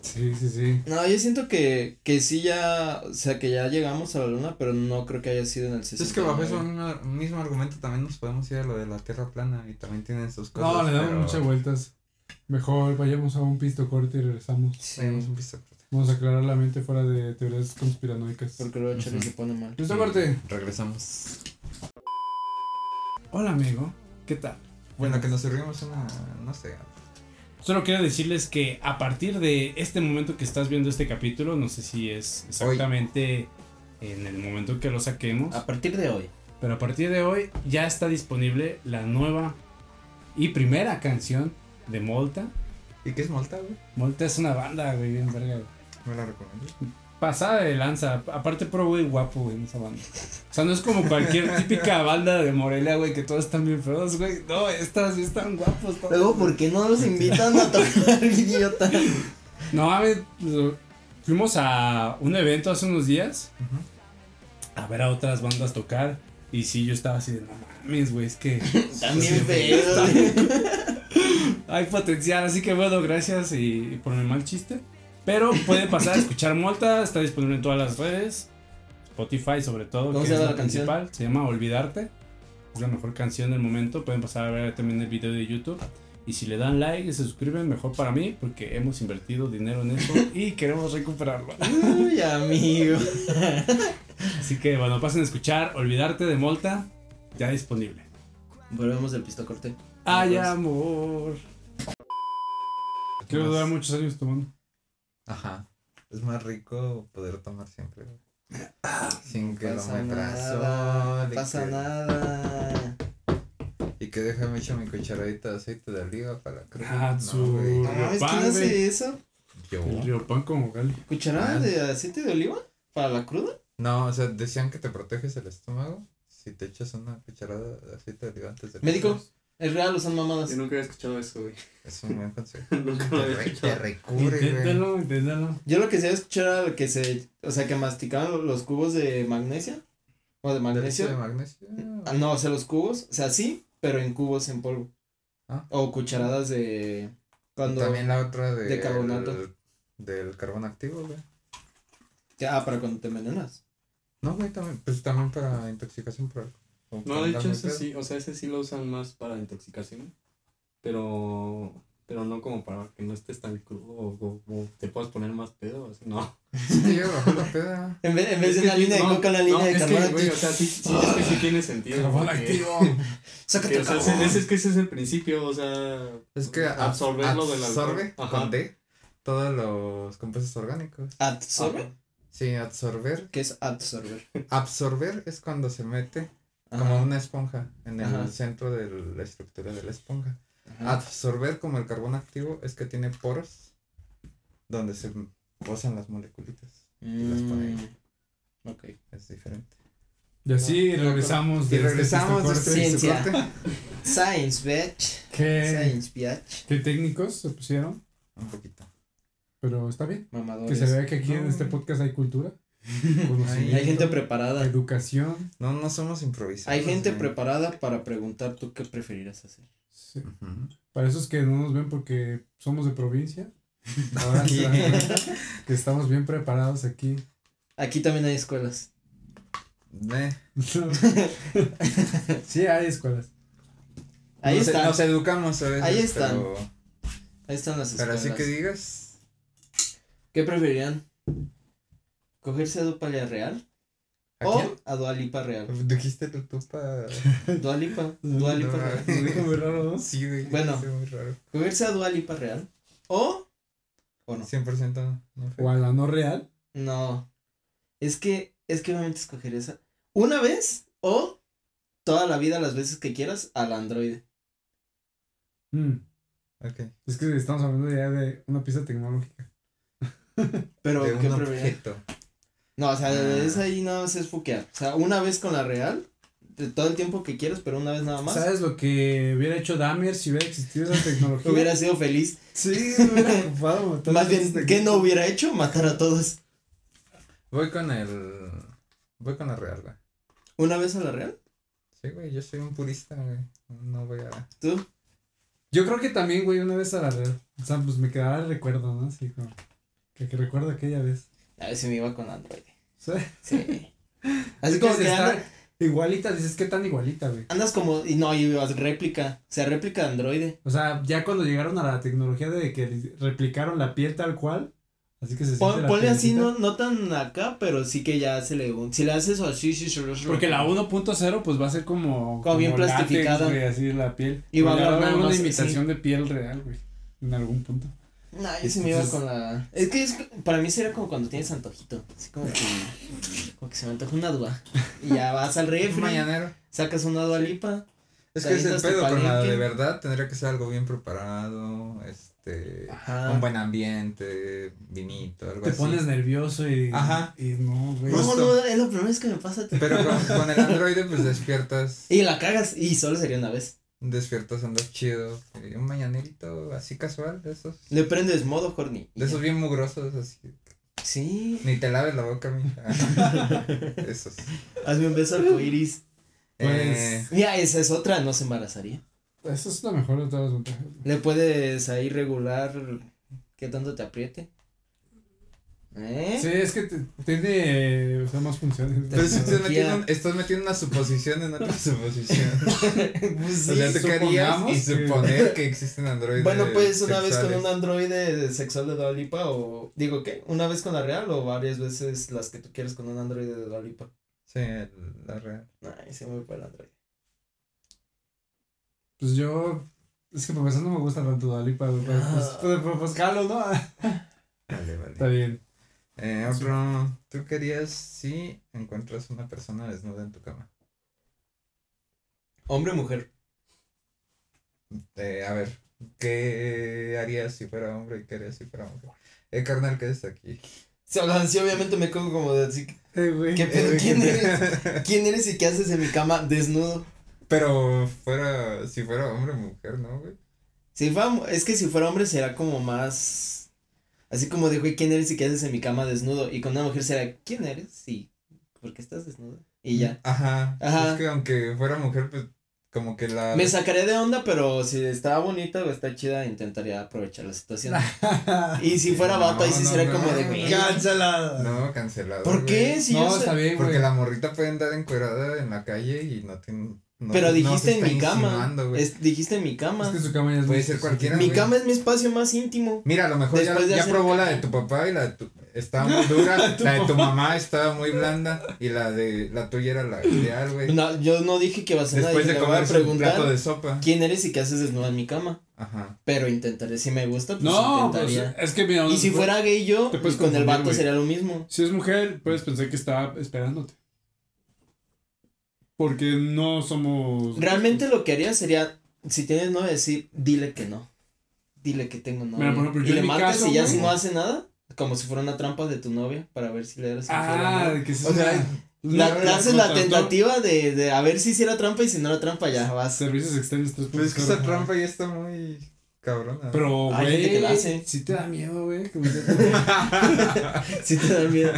[SPEAKER 3] sí, sí, sí.
[SPEAKER 2] No, yo siento que, que sí ya, o sea, que ya llegamos a la luna, pero no creo que haya sido en el 60.
[SPEAKER 1] Es que bajo ese mismo- mismo argumento también nos podemos ir a lo de la tierra plana y también tienen sus cosas.
[SPEAKER 3] No, le damos
[SPEAKER 1] pero-
[SPEAKER 3] muchas vueltas. Mejor vayamos a un pisto corte y regresamos.
[SPEAKER 2] Sí,
[SPEAKER 1] Tenemos un piso corte.
[SPEAKER 3] Vamos a aclarar la mente fuera de teorías conspiranoicas.
[SPEAKER 2] porque luego Charlie
[SPEAKER 1] Ujú.
[SPEAKER 2] se pone mal.
[SPEAKER 3] Pisto corte.
[SPEAKER 1] Regresamos.
[SPEAKER 4] Hola, amigo. ¿Qué tal?
[SPEAKER 1] Bueno, que nos servimos una. No sé.
[SPEAKER 4] Solo quiero decirles que a partir de este momento que estás viendo este capítulo, no sé si es exactamente en el momento que lo saquemos,
[SPEAKER 2] A partir de hoy.
[SPEAKER 4] pero a partir de hoy ya está disponible la nueva y primera canción de Molta.
[SPEAKER 1] ¿Y qué es Malta, güey?
[SPEAKER 4] Molta es una banda, güey, bien verga. güey.
[SPEAKER 1] Me la recomiendo.
[SPEAKER 4] Pasada de lanza, aparte pro güey guapo, güey, en esa banda. O sea, no es como cualquier típica banda de Morelia, güey, que todos están bien feos, güey. No, estas sí están guapos. todos.
[SPEAKER 2] Luego, ¿por qué no los invitan a tocar, idiota?
[SPEAKER 4] No, a ver, lo- fuimos a un evento hace unos días a ver a otras bandas tocar. Y sí, yo estaba así de, no mames, güey, es que
[SPEAKER 2] También
[SPEAKER 4] Sí,
[SPEAKER 2] feo.
[SPEAKER 4] hay potencial. Así que bueno, gracias y, y por mi mal chiste. Pero puede pasar a escuchar Molta, está disponible en todas las redes. Spotify sobre todo,
[SPEAKER 2] ¿Cómo
[SPEAKER 4] que
[SPEAKER 2] se
[SPEAKER 4] es
[SPEAKER 2] llama la
[SPEAKER 4] la
[SPEAKER 2] canción?
[SPEAKER 4] principal. Se llama Olvidarte. Es la mejor canción del momento. Pueden pasar a ver también el video de YouTube. Y si le dan like y se suscriben, mejor para mí, porque hemos invertido dinero en eso y queremos recuperarlo.
[SPEAKER 2] Uy, amigo.
[SPEAKER 4] Así que bueno, pasen a escuchar Olvidarte de Molta, ya disponible.
[SPEAKER 2] Volvemos del pisto corte.
[SPEAKER 4] Ay, amor.
[SPEAKER 3] Quiero
[SPEAKER 1] Más-
[SPEAKER 3] durar muchos años tomando.
[SPEAKER 1] Ajá. Es más rico poder tomar siempre, güey. Sin que lo
[SPEAKER 2] Ah, Pasa
[SPEAKER 1] me
[SPEAKER 2] nada,
[SPEAKER 1] trazo, de
[SPEAKER 2] pasa
[SPEAKER 1] que-
[SPEAKER 2] nada.
[SPEAKER 1] Y que déjame echar mi cucharadita de aceite de oliva para que.
[SPEAKER 4] Ah, su-
[SPEAKER 1] güey.
[SPEAKER 2] No mames, ¿quién
[SPEAKER 4] Pan, güey.
[SPEAKER 2] hace eso?
[SPEAKER 1] Yo.
[SPEAKER 3] El río pan como gali.
[SPEAKER 2] ¿Cucharada
[SPEAKER 1] Ah.
[SPEAKER 2] de aceite de oliva? ¿Para la cruda?
[SPEAKER 1] No, o sea, decían que te proteges el estómago si te echas una cucharada de aceite de oliva antes de
[SPEAKER 2] Médico.
[SPEAKER 1] comer.
[SPEAKER 2] Es real, o son mamadas.
[SPEAKER 5] Yo nunca había escuchado eso, güey.
[SPEAKER 1] Es un buen consejo.
[SPEAKER 5] Nunca lo
[SPEAKER 1] Te,
[SPEAKER 5] había
[SPEAKER 1] re- te
[SPEAKER 5] escuchado.
[SPEAKER 1] recubre, güey.
[SPEAKER 4] Inténtalo, inténtalo.
[SPEAKER 2] Yo lo que sé escuchar era que se, o sea, que masticaban los cubos de magnesia. O de
[SPEAKER 1] ¿De leche de
[SPEAKER 2] magnesio.
[SPEAKER 1] magnesio?
[SPEAKER 2] Ah, No, o sea, los cubos, o sea, sí, pero en cubos en polvo.
[SPEAKER 1] Ah.
[SPEAKER 2] O cucharadas de cuando
[SPEAKER 1] También la otra de.
[SPEAKER 2] de carbonato.
[SPEAKER 1] del carbón activo, güey.
[SPEAKER 2] Ya, ah, para cuando te envenenas.
[SPEAKER 1] No, güey, también. Pues también para intoxicación por algo. O
[SPEAKER 5] No,
[SPEAKER 1] para
[SPEAKER 5] de
[SPEAKER 1] andar
[SPEAKER 5] hecho,
[SPEAKER 1] muy
[SPEAKER 5] ese
[SPEAKER 1] pedo.
[SPEAKER 5] sí, o sea, ese sí lo usan más para intoxicación. Pero, pero no como para que no estés tan crudo o, o- o te puedas poner más pedo, así, no.
[SPEAKER 1] Sí, yo bajé la peda.
[SPEAKER 2] En vez, en vez
[SPEAKER 5] Es
[SPEAKER 2] de
[SPEAKER 5] que
[SPEAKER 2] una
[SPEAKER 5] sí,
[SPEAKER 2] línea
[SPEAKER 5] no,
[SPEAKER 2] de coca, una línea
[SPEAKER 5] no,
[SPEAKER 2] de
[SPEAKER 5] es que,
[SPEAKER 2] carbón.
[SPEAKER 5] güey, o sea, sí, sí, es que sí tiene sentido.
[SPEAKER 3] Carbón
[SPEAKER 5] porque-
[SPEAKER 3] activo.
[SPEAKER 2] Sácate
[SPEAKER 5] que, o
[SPEAKER 2] el
[SPEAKER 5] sea,
[SPEAKER 2] carbón.
[SPEAKER 5] ese, ese- es que ese es el principio, o sea,
[SPEAKER 1] Es que ab-
[SPEAKER 5] absorberlo del alcohol.
[SPEAKER 1] absorbe
[SPEAKER 5] Ajá.
[SPEAKER 1] con D todos los compuestos orgánicos.
[SPEAKER 2] ¿Absorbe?
[SPEAKER 1] Sí, absorber.
[SPEAKER 2] ¿Qué es absorber?
[SPEAKER 1] Absorber es cuando se mete
[SPEAKER 2] Ajá,
[SPEAKER 1] Ah, como una esponja en el
[SPEAKER 2] Ajá. Ah.
[SPEAKER 1] centro de la estructura de la esponja.
[SPEAKER 2] ajá.
[SPEAKER 1] ah, Absorber como el carbón activo es que tiene poros donde se posan las moleculitas. las pone
[SPEAKER 2] Mm, ok.
[SPEAKER 1] Es diferente.
[SPEAKER 3] Y así
[SPEAKER 2] No,
[SPEAKER 3] regresamos.
[SPEAKER 1] Y
[SPEAKER 3] de este
[SPEAKER 1] regresamos de
[SPEAKER 3] pisto
[SPEAKER 1] este
[SPEAKER 3] corte.
[SPEAKER 2] corte.
[SPEAKER 1] pisto corte. Eh.
[SPEAKER 2] Science, bitch.
[SPEAKER 3] ¿Qué,
[SPEAKER 2] Science, bitch.
[SPEAKER 3] qué técnicos se pusieron,
[SPEAKER 1] Un poquito.
[SPEAKER 3] pero está bien. Que
[SPEAKER 2] Mamadores.
[SPEAKER 3] se vea que aquí en
[SPEAKER 1] No.
[SPEAKER 3] este podcast hay cultura,
[SPEAKER 2] Y Hay gente preparada.
[SPEAKER 3] educación.
[SPEAKER 1] No, no somos improvisados. ¿eh?
[SPEAKER 2] Hay gente
[SPEAKER 1] güey.
[SPEAKER 2] preparada para preguntar tú qué preferirás hacer.
[SPEAKER 3] Sí.
[SPEAKER 1] Ujú.
[SPEAKER 3] Para esos que no nos ven porque somos de provincia, ahora se dan
[SPEAKER 2] Aquí,
[SPEAKER 3] cuenta que estamos bien preparados aquí.
[SPEAKER 2] aquí también hay escuelas.
[SPEAKER 1] Ne.
[SPEAKER 3] sí, hay escuelas.
[SPEAKER 2] Ahí
[SPEAKER 1] nos,
[SPEAKER 2] están.
[SPEAKER 1] Nos educamos a veces.
[SPEAKER 2] Ahí están.
[SPEAKER 1] Pero,
[SPEAKER 2] Ahí están las
[SPEAKER 1] pero
[SPEAKER 2] escuelas.
[SPEAKER 1] así que digas.
[SPEAKER 2] ¿Qué preferirían? ¿Cogerse a Dupalia Real?
[SPEAKER 1] ¿a
[SPEAKER 2] o
[SPEAKER 1] quién?
[SPEAKER 2] a Dualipa Real.
[SPEAKER 1] Dijiste tu tupa.
[SPEAKER 2] Dualipa. Dualipa
[SPEAKER 1] No,
[SPEAKER 2] Real.
[SPEAKER 3] Lo dijo muy raro, ¿no?
[SPEAKER 1] Sí, güey.
[SPEAKER 2] pues, Bueno.
[SPEAKER 1] es muy raro.
[SPEAKER 2] ¿Cogerse a Dualipa Real? ¿O? ¿O no?
[SPEAKER 1] 100% no.
[SPEAKER 3] O a la no real.
[SPEAKER 2] No. Es que, es que obviamente escogería esa. una vez o toda la vida, las veces que quieras, al androide.
[SPEAKER 3] Mm,
[SPEAKER 1] Ok.
[SPEAKER 3] Es que estamos hablando ya de una pieza tecnológica.
[SPEAKER 2] Pero,
[SPEAKER 1] de
[SPEAKER 2] ¿qué
[SPEAKER 1] un
[SPEAKER 2] preferirías?
[SPEAKER 1] objeto.
[SPEAKER 2] No, o sea,
[SPEAKER 1] Ah.
[SPEAKER 2] es ahí nada más es fuquear. O sea, una vez con la real, de todo el tiempo que quieras, pero una vez nada más.
[SPEAKER 3] ¿Sabes lo que hubiera hecho Dahmer si hubiera existido esa tecnología?
[SPEAKER 2] Hubiera sido feliz.
[SPEAKER 3] Sí, me hubiera ocupado. matar
[SPEAKER 2] Más
[SPEAKER 3] a
[SPEAKER 2] bien,
[SPEAKER 3] este-
[SPEAKER 2] ¿qué no hubiera hecho? Matar a todos.
[SPEAKER 1] Voy con el. Voy con la real, güey.
[SPEAKER 2] ¿Una vez a la real?
[SPEAKER 1] Sí, güey, yo soy un purista, güey. No voy a.
[SPEAKER 2] ¿Tú?
[SPEAKER 3] Yo creo que también, güey, una vez a la red. O sea, pues me quedaba el recuerdo, ¿no? Así como. Que, que recuerdo aquella vez.
[SPEAKER 2] A ver si me iba con androide.
[SPEAKER 3] O sea,
[SPEAKER 2] Sí.
[SPEAKER 3] es
[SPEAKER 2] Así como
[SPEAKER 3] se
[SPEAKER 2] que
[SPEAKER 3] está
[SPEAKER 2] anda-
[SPEAKER 3] Igualita, dices, ¿qué tan igualita, güey?
[SPEAKER 2] andas como, y no, y réplica, o sea, réplica de androide.
[SPEAKER 3] O sea, ya cuando llegaron a la tecnología de que li- replicaron la piel tal cual, así que se siente
[SPEAKER 2] Pon-
[SPEAKER 3] la
[SPEAKER 2] ponle así,
[SPEAKER 3] pielecita.
[SPEAKER 2] no, no tan acá, pero sí que ya se le un, si le haces así, sí, sí, sí, sí.
[SPEAKER 4] Porque la 1.0 pues va a ser como.
[SPEAKER 2] Como bien
[SPEAKER 4] látex,
[SPEAKER 2] plastificada.
[SPEAKER 4] güey, así la piel.
[SPEAKER 2] Y va a
[SPEAKER 4] Pero ya
[SPEAKER 2] hablar nada
[SPEAKER 4] haber una
[SPEAKER 2] más,
[SPEAKER 4] imitación de piel real, güey. En algún punto.
[SPEAKER 2] No, yo sí me iba con la. Es que es, para mí sería como cuando tienes antojito. Así como que. como que se me antoja una duda. Y ya vas al refri,
[SPEAKER 1] Mañanero.
[SPEAKER 2] sacas una Dua lipa.
[SPEAKER 1] Es que es el
[SPEAKER 2] Talitas de
[SPEAKER 1] pedo con la de
[SPEAKER 2] palenque.
[SPEAKER 1] verdad. Tendría que ser algo bien preparado. Este.
[SPEAKER 2] Ajá.
[SPEAKER 1] Un buen ambiente. Vinito, algo
[SPEAKER 3] Te
[SPEAKER 1] así.
[SPEAKER 3] pones nervioso y.
[SPEAKER 1] Ajá.
[SPEAKER 3] Y no, güey.
[SPEAKER 2] No,
[SPEAKER 1] Justo.
[SPEAKER 2] no, es lo primero es que me pasa.
[SPEAKER 1] Pero con, con el androide, pues despiertas.
[SPEAKER 2] Y la cagas. Y solo sería una vez.
[SPEAKER 1] Despiertas, andas chido. Y un mañanerito así casual, de esos.
[SPEAKER 2] Le prendes modo horny.
[SPEAKER 1] De esos bien mugrosos, así.
[SPEAKER 2] Sí.
[SPEAKER 1] Ni te laves la boca, mija. esos.
[SPEAKER 2] Hazme un beso arco iris.
[SPEAKER 1] Eh,
[SPEAKER 2] Mira, esa es otra, no se embarazaría.
[SPEAKER 3] Eso es lo mejor de todas las ventajas. güey.
[SPEAKER 2] Le puedes ahí regular qué tanto te apriete. ¿Eh?
[SPEAKER 3] Sí, es que te- tiene. eh, O sea, más funciones.
[SPEAKER 1] pero
[SPEAKER 3] güey.
[SPEAKER 1] es que estás
[SPEAKER 2] Tecnología.
[SPEAKER 1] metiendo, estás metiendo una suposición en otra suposición.
[SPEAKER 2] Pues
[SPEAKER 1] o
[SPEAKER 2] sí.
[SPEAKER 1] sea, te querías y
[SPEAKER 3] supongamos que-
[SPEAKER 1] suponer que existen androides.
[SPEAKER 2] Bueno, pues una vez con
[SPEAKER 1] eh, sexuales.
[SPEAKER 2] un androide sexual de Dualipa o digo qué, una vez con la real o varias veces las que tú quieres con un androide de Dualipa.
[SPEAKER 1] Sí, el- la real.
[SPEAKER 2] Ay, se me fue el androide.
[SPEAKER 3] Pues yo. Es que por eso no me gusta tanto Dalipa, güey. Pero pues,
[SPEAKER 2] Ah.
[SPEAKER 3] pero, pero, pues, jalo, ¿no?
[SPEAKER 1] Vale,
[SPEAKER 3] Está
[SPEAKER 1] vale.
[SPEAKER 3] bien.
[SPEAKER 1] Eh, otro. ¿Tú querías si encuentras una persona desnuda en tu cama?
[SPEAKER 2] Hombre o mujer.
[SPEAKER 1] Eh, a ver, ¿qué harías si fuera hombre y qué harías si fuera mujer? Eh, carnal, ¿qué es aquí?
[SPEAKER 2] Se hablan, sí, obviamente me como como de así.
[SPEAKER 3] Eh, güey.
[SPEAKER 2] ¿Qué pedo? ¿Quién
[SPEAKER 1] eh.
[SPEAKER 2] eres? ¿Quién eres y qué haces en mi cama desnudo?
[SPEAKER 1] Pero fuera, si fuera hombre o mujer, ¿no, güey?
[SPEAKER 2] Si fuera, mu- es que si fuera hombre será como más. Así como dijo, ¿y quién eres y qué haces en mi cama desnudo? Y con una mujer será, ¿quién eres? Sí. ¿Por qué estás desnudo? Y ya.
[SPEAKER 1] Ajá.
[SPEAKER 2] Ajá.
[SPEAKER 1] Es que aunque fuera mujer, pues como que la...
[SPEAKER 2] Me sacaré de onda, pero si está bonita o está chida, intentaría aprovechar la situación. y si fuera
[SPEAKER 1] No,
[SPEAKER 2] vato, ahí sí
[SPEAKER 1] no, no,
[SPEAKER 2] sería como de,
[SPEAKER 1] no,
[SPEAKER 2] güey,
[SPEAKER 3] Cancelada.
[SPEAKER 1] No, cancelado.
[SPEAKER 2] ¿Por
[SPEAKER 1] güey.
[SPEAKER 2] qué? Si yo
[SPEAKER 3] no,
[SPEAKER 2] sé-
[SPEAKER 3] está bien,
[SPEAKER 1] Porque
[SPEAKER 3] güey.
[SPEAKER 1] la morrita puede andar encuerada en la calle y no tiene... no-
[SPEAKER 2] Pero
[SPEAKER 1] no se
[SPEAKER 2] dijiste en
[SPEAKER 1] está
[SPEAKER 2] mi cama.
[SPEAKER 1] insinuando, güey.
[SPEAKER 2] es- dijiste en mi cama.
[SPEAKER 3] Es que su cama ya es
[SPEAKER 1] Puede
[SPEAKER 3] muy-
[SPEAKER 1] ser cualquiera.
[SPEAKER 2] mi
[SPEAKER 1] güey.
[SPEAKER 2] cama es mi espacio más íntimo.
[SPEAKER 1] Mira, a lo mejor ya,
[SPEAKER 2] Después de
[SPEAKER 1] ya
[SPEAKER 2] hacer-
[SPEAKER 1] probó la de tu papá y la de tu... Estaba muy dura, la de tu mamá estaba muy blanda y la de la tuya era la ideal, güey.
[SPEAKER 2] No, yo no dije que vas a nada.
[SPEAKER 1] Después
[SPEAKER 2] dije,
[SPEAKER 1] de
[SPEAKER 2] le voy a
[SPEAKER 1] comerse un
[SPEAKER 2] preguntar
[SPEAKER 1] plato de sopa.
[SPEAKER 2] quién eres y qué haces desnuda en mi cama.
[SPEAKER 1] Ajá.
[SPEAKER 2] Pero intentaré, si me gusta, pues
[SPEAKER 4] No, pues,
[SPEAKER 2] intentaría.
[SPEAKER 4] es que mira.
[SPEAKER 2] y si fuera gay yo,
[SPEAKER 4] te
[SPEAKER 2] pues
[SPEAKER 4] puedes
[SPEAKER 2] con el
[SPEAKER 4] confundir,
[SPEAKER 2] vato
[SPEAKER 4] güey.
[SPEAKER 2] sería lo mismo.
[SPEAKER 4] Si es mujer, puedes pensar que está esperándote. Porque no somos. pues,
[SPEAKER 2] Realmente lo que haría sería, si tienes novia, decir, dile que no. Dile que tengo novia.
[SPEAKER 4] Mira, por ejemplo,
[SPEAKER 2] y
[SPEAKER 4] yo
[SPEAKER 2] le
[SPEAKER 4] en mi
[SPEAKER 2] marcas
[SPEAKER 4] caso,
[SPEAKER 2] y ya
[SPEAKER 4] güey.
[SPEAKER 2] si no hace nada, como si fuera una trampa de tu novia para ver si le eres infiel o
[SPEAKER 4] Ah,
[SPEAKER 2] no.
[SPEAKER 4] que sí.
[SPEAKER 1] O sea,
[SPEAKER 2] La,
[SPEAKER 4] no,
[SPEAKER 2] la haces la
[SPEAKER 4] contrató
[SPEAKER 2] tentativa de, de a ver si hiciera trampa y si no era trampa ya vas.
[SPEAKER 4] Servicios extraños 3.0.
[SPEAKER 1] Pero es que esa trampa ya está muy cabrona.
[SPEAKER 4] Pero,
[SPEAKER 2] Hay
[SPEAKER 4] güey.
[SPEAKER 2] gente que la hace.
[SPEAKER 3] Sí te da miedo, güey. como que-
[SPEAKER 2] Si te da miedo.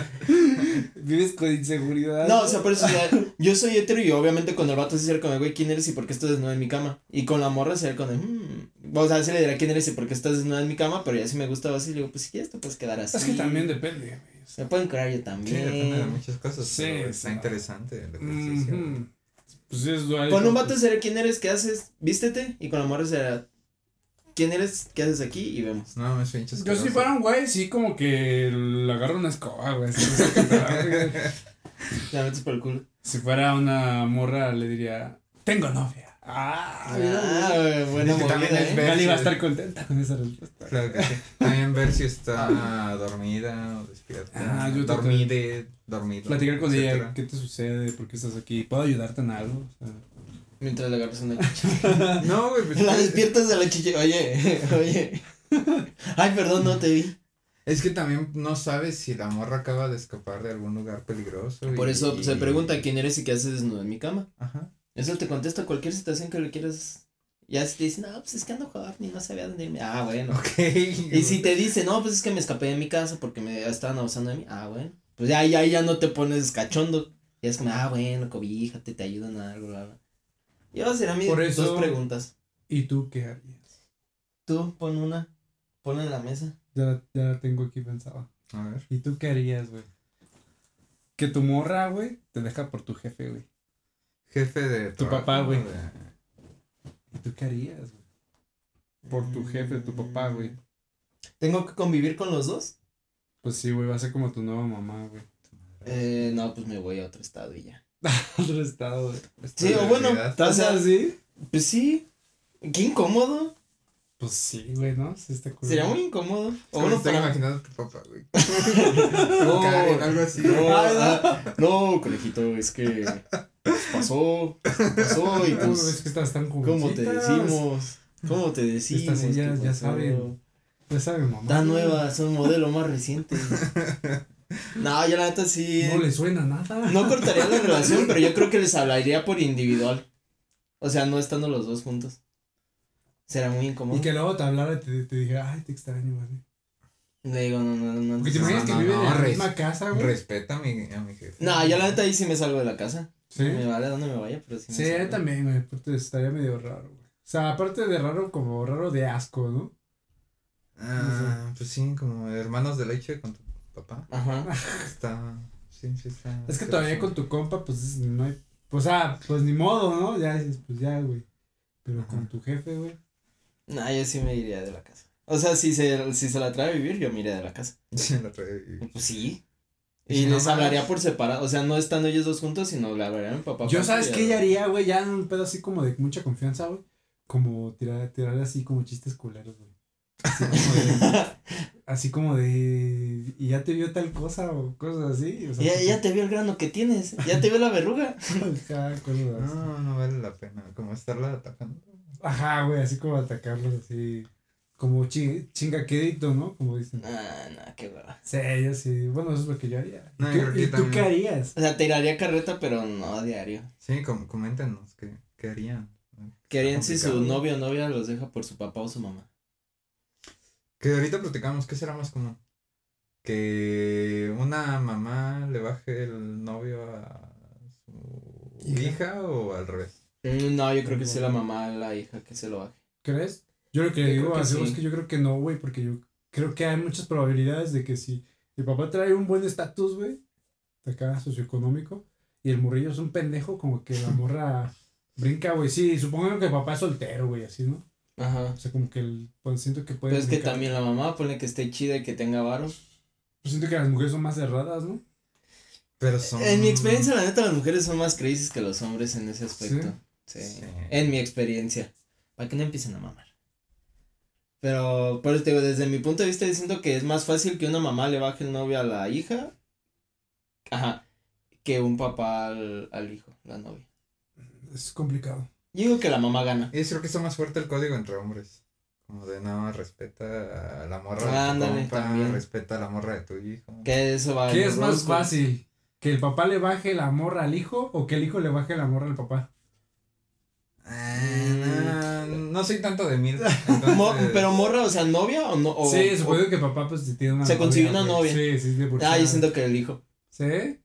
[SPEAKER 3] Vives con inseguridad.
[SPEAKER 2] No, o sea, por eso, o sea, yo soy hetero y obviamente con el vato sí sería como, güey, ¿quién eres y por qué estás desnudo en mi cama? Y con la morra sería como, de, "Mm". o sea, sí le dirá quién eres y por qué estás desnuda en mi cama, pero ya si me gusta así, le digo, pues si quieres te puedes quedar así.
[SPEAKER 4] Es que también depende, güey.
[SPEAKER 2] Me pueden curar yo
[SPEAKER 1] Sí, depende de
[SPEAKER 2] también.
[SPEAKER 1] muchas cosas.
[SPEAKER 4] Sí,
[SPEAKER 1] pero está
[SPEAKER 4] sí.
[SPEAKER 1] interesante el ejercicio.
[SPEAKER 4] Ujú. Pues es dual.
[SPEAKER 2] Con un vato sería quién eres, qué haces, vístete, y con la morra será quién eres, qué haces aquí, y vemos.
[SPEAKER 1] No, me pinches.
[SPEAKER 3] Pues
[SPEAKER 4] Yo si fuera un güey, sí, como que le agarro una escoba, güey. así, lo saco a la verga.
[SPEAKER 2] La metes por el culo.
[SPEAKER 4] si fuera una morra, le diría,
[SPEAKER 3] Tengo novia.
[SPEAKER 2] Ah,
[SPEAKER 3] mira,
[SPEAKER 2] eh, buena
[SPEAKER 1] Es que también
[SPEAKER 2] movida,
[SPEAKER 1] es
[SPEAKER 2] ¿eh?
[SPEAKER 1] ver-
[SPEAKER 3] Gali va a estar contenta con esa respuesta.
[SPEAKER 1] Claro que sí. También ver si está dormida o despierta.
[SPEAKER 3] Ah, yo trato de-
[SPEAKER 1] Dormide, dormido.
[SPEAKER 3] Platicar con ella,
[SPEAKER 1] etcétera.
[SPEAKER 3] ¿qué te sucede? ¿Por qué estás aquí? ¿Puedo ayudarte en algo? O sea,
[SPEAKER 2] Mientras le agarras una chicha.
[SPEAKER 1] No, güey, pues,
[SPEAKER 2] La despiertas de la chicha. Oye, oye. Ay, perdón, no te vi.
[SPEAKER 1] Es que también no sabes si la morra acaba de escapar de algún lugar peligroso. y-
[SPEAKER 2] Por eso
[SPEAKER 1] y-
[SPEAKER 2] se pregunta quién eres y qué haces desnudo en mi cama.
[SPEAKER 1] Ajá.
[SPEAKER 2] Eso te contesta cualquier situación que le quieras. Ya si te dice, no, pues es que ando joven y no sabía dónde irme. Ah, bueno.
[SPEAKER 1] Ok.
[SPEAKER 2] Y si te dice, no, pues es que me escapé de mi casa porque me estaban abusando de mí. Ah, bueno. Pues ya, ya, ya no te pones cachondo. Ya es como, ah, bueno, cobíjate, te ayudan en algo, bla, bla. Yo será mi
[SPEAKER 3] Por
[SPEAKER 2] dos
[SPEAKER 3] eso-
[SPEAKER 2] preguntas.
[SPEAKER 3] ¿Y tú qué harías?
[SPEAKER 2] Tú pon una, ponla en la mesa.
[SPEAKER 3] Ya, la- ya la tengo aquí pensada.
[SPEAKER 1] A ver.
[SPEAKER 3] ¿Y tú qué harías, güey? Que tu morra, güey, te deja por tu jefe, güey.
[SPEAKER 1] Jefe de.
[SPEAKER 3] Tu
[SPEAKER 1] trabajo,
[SPEAKER 3] papá, güey.
[SPEAKER 1] de-
[SPEAKER 3] ¿Y tú qué harías, güey? Por tu jefe, tu papá, güey.
[SPEAKER 2] Mm. ¿Tengo que convivir con los dos?
[SPEAKER 3] Pues sí, güey, va a ser como tu nueva mamá, güey.
[SPEAKER 2] Eh, no, pues me voy a otro estado y ya.
[SPEAKER 3] Otro estado, güey.
[SPEAKER 2] Sí, o bueno,
[SPEAKER 1] realidad.
[SPEAKER 2] o sea,
[SPEAKER 3] así?
[SPEAKER 2] pues sí. Qué incómodo.
[SPEAKER 3] Pues sí, güey, ¿no? Sí está cool.
[SPEAKER 2] Sería muy incómodo.
[SPEAKER 1] Es
[SPEAKER 2] O
[SPEAKER 1] que me
[SPEAKER 2] bueno,
[SPEAKER 1] estoy
[SPEAKER 2] para...
[SPEAKER 1] imaginando a tu papá, güey. Karen, algo así.
[SPEAKER 2] No, ah, no, conejito, es que pues, pasó, pasó y
[SPEAKER 3] Uy, güey, es
[SPEAKER 2] pues,
[SPEAKER 3] que estás tan
[SPEAKER 2] ¿cómo te
[SPEAKER 3] jovencitas.
[SPEAKER 2] decimos? ¿Cómo te decimos?
[SPEAKER 3] Estas sillas
[SPEAKER 2] qué
[SPEAKER 3] ya
[SPEAKER 2] pasó?
[SPEAKER 3] saben. Ya sabes, mamá.
[SPEAKER 2] Tan nueva, son modelo más reciente. No, yo la neta sí.
[SPEAKER 3] No le suena nada.
[SPEAKER 2] No cortaría la relación, pero yo creo que les hablaría por individual. O sea, no estando los dos juntos. Será muy incómodo.
[SPEAKER 3] Y que luego te hablara y te, te dijera, ay, te extraño, güey.
[SPEAKER 2] Le digo, no, no, no.
[SPEAKER 3] Porque
[SPEAKER 2] No,
[SPEAKER 3] te imaginas
[SPEAKER 1] no,
[SPEAKER 3] que
[SPEAKER 1] no,
[SPEAKER 3] viven
[SPEAKER 1] no,
[SPEAKER 3] en la
[SPEAKER 1] res-
[SPEAKER 3] misma casa, güey.
[SPEAKER 1] Respeta a mi, a mi jefe.
[SPEAKER 2] No, yo la neta ahí sí me salgo de la casa.
[SPEAKER 3] Sí.
[SPEAKER 2] Me vale a dónde me vaya, pero sí me
[SPEAKER 3] Sí,
[SPEAKER 2] salgo.
[SPEAKER 3] también, güey, aparte estaría medio raro, güey. O sea, aparte de raro, como raro de asco, ¿no?
[SPEAKER 1] Ah, pues sí, como hermanos de leche con tu papá.
[SPEAKER 2] Ajá.
[SPEAKER 1] Está. Sí, Ah, sí, está.
[SPEAKER 3] Es que todavía con tu compa, pues dices, no hay. O sea, pues ni modo, ¿no? Ya dices, pues ya, güey. Pero con
[SPEAKER 1] Ajá.
[SPEAKER 3] tu jefe, güey.
[SPEAKER 2] No, yo sí me iría de la casa. O sea, si se, si se la trae a vivir, yo me iría de la casa.
[SPEAKER 1] Sí, la trae.
[SPEAKER 2] Pues sí.
[SPEAKER 1] Y
[SPEAKER 2] Y
[SPEAKER 1] si no
[SPEAKER 2] les
[SPEAKER 1] pagas.
[SPEAKER 2] hablaría por separado. O sea, no estando ellos dos juntos, sino le hablaría a mi papá.
[SPEAKER 3] Yo,
[SPEAKER 2] aparte
[SPEAKER 3] ¿sabes
[SPEAKER 2] y a-
[SPEAKER 3] qué ella haría, güey? Ya en un pedo así como de mucha confianza, güey. Como tirar, tirar así como chistes culeros, güey. Así como de. así como de. Y ya te vio tal cosa o cosas así. O sea,
[SPEAKER 2] Ya, ya te vio el grano que tienes. Ya te vio la verruga.
[SPEAKER 3] Ajá, cosas así.
[SPEAKER 1] No, no vale la pena. Como estarla atacando.
[SPEAKER 3] Ajá, güey, así como atacarlos así. Como chi- chingaquedito, ¿no? Como dicen.
[SPEAKER 2] Nah, nah, qué hueva.
[SPEAKER 3] Sí, yo sí. Bueno, eso es lo que yo haría. ¿Y
[SPEAKER 1] No,
[SPEAKER 3] tú-
[SPEAKER 1] yo creo que
[SPEAKER 3] ¿Y
[SPEAKER 1] yo
[SPEAKER 3] tú
[SPEAKER 1] también.
[SPEAKER 3] qué harías?
[SPEAKER 2] O sea, tiraría carreta, pero no a diario.
[SPEAKER 1] Sí, com coméntenos qué, qué harían.
[SPEAKER 2] ¿Qué harían si su
[SPEAKER 1] Complicado.
[SPEAKER 2] novio o novia los deja por su papá o su mamá?
[SPEAKER 1] Que ahorita platicamos, ¿qué será más común? Que una mamá le baje el novio a su
[SPEAKER 3] Hija.
[SPEAKER 1] hija o al revés.
[SPEAKER 2] Mm, No, yo creo que sí la mamá, la hija que se lo baje.
[SPEAKER 3] ¿Crees? Yo lo que
[SPEAKER 2] Yo
[SPEAKER 3] digo
[SPEAKER 2] creo que
[SPEAKER 3] así
[SPEAKER 2] sí.
[SPEAKER 3] es que yo creo que no, güey, porque yo creo que hay muchas probabilidades de que si el papá trae un buen estatus, güey, de acá socioeconómico, y el morrillo es un pendejo, como que la morra brinca, güey. Sí, supongo que el papá es soltero, güey, así, ¿no?
[SPEAKER 2] Ajá.
[SPEAKER 3] O sea, como que el, pues, siento que puede.
[SPEAKER 2] Pero es que
[SPEAKER 3] brincar.
[SPEAKER 2] también la mamá, ponle que esté chida y que tenga varo.
[SPEAKER 3] Pues siento que las mujeres son más cerradas, ¿no?
[SPEAKER 1] Pero son...
[SPEAKER 2] En mi experiencia, la neta, las mujeres son más crisis que los hombres en ese aspecto. Sí.
[SPEAKER 1] Sí.
[SPEAKER 2] En mi experiencia. Para que no empiecen a mamar. Pero, por eso te digo, desde mi punto de vista, yo siento que es más fácil que una mamá le baje el novio a la hija. Ajá. Que un papá al, al hijo, la novia.
[SPEAKER 3] Es complicado.
[SPEAKER 2] Yo digo que la mamá gana.
[SPEAKER 1] Y yo creo que está más fuerte el código entre hombres. Como de no, respeta a la morra de tu
[SPEAKER 2] Ándale,
[SPEAKER 1] compa,
[SPEAKER 2] también.
[SPEAKER 1] respeta a la morra de tu hijo.
[SPEAKER 2] Que eso va
[SPEAKER 3] ¿Qué
[SPEAKER 2] en
[SPEAKER 3] es
[SPEAKER 2] el
[SPEAKER 3] más
[SPEAKER 2] rosco.
[SPEAKER 3] fácil? ¿Que el papá le baje la morra al hijo o que el hijo le baje la morra al papá?
[SPEAKER 1] Ah, no, no soy tanto de mil.
[SPEAKER 2] Mo-
[SPEAKER 1] entonces-
[SPEAKER 2] pero morra, o sea, novia o no. O,
[SPEAKER 3] sí,
[SPEAKER 2] o-
[SPEAKER 3] supongo que el papá pues si tiene una
[SPEAKER 2] Se consiguió una
[SPEAKER 3] güey.
[SPEAKER 2] novia.
[SPEAKER 3] Sí, sí, es divorciada.
[SPEAKER 2] Ah, yo siento que el hijo.
[SPEAKER 3] ¿Sí?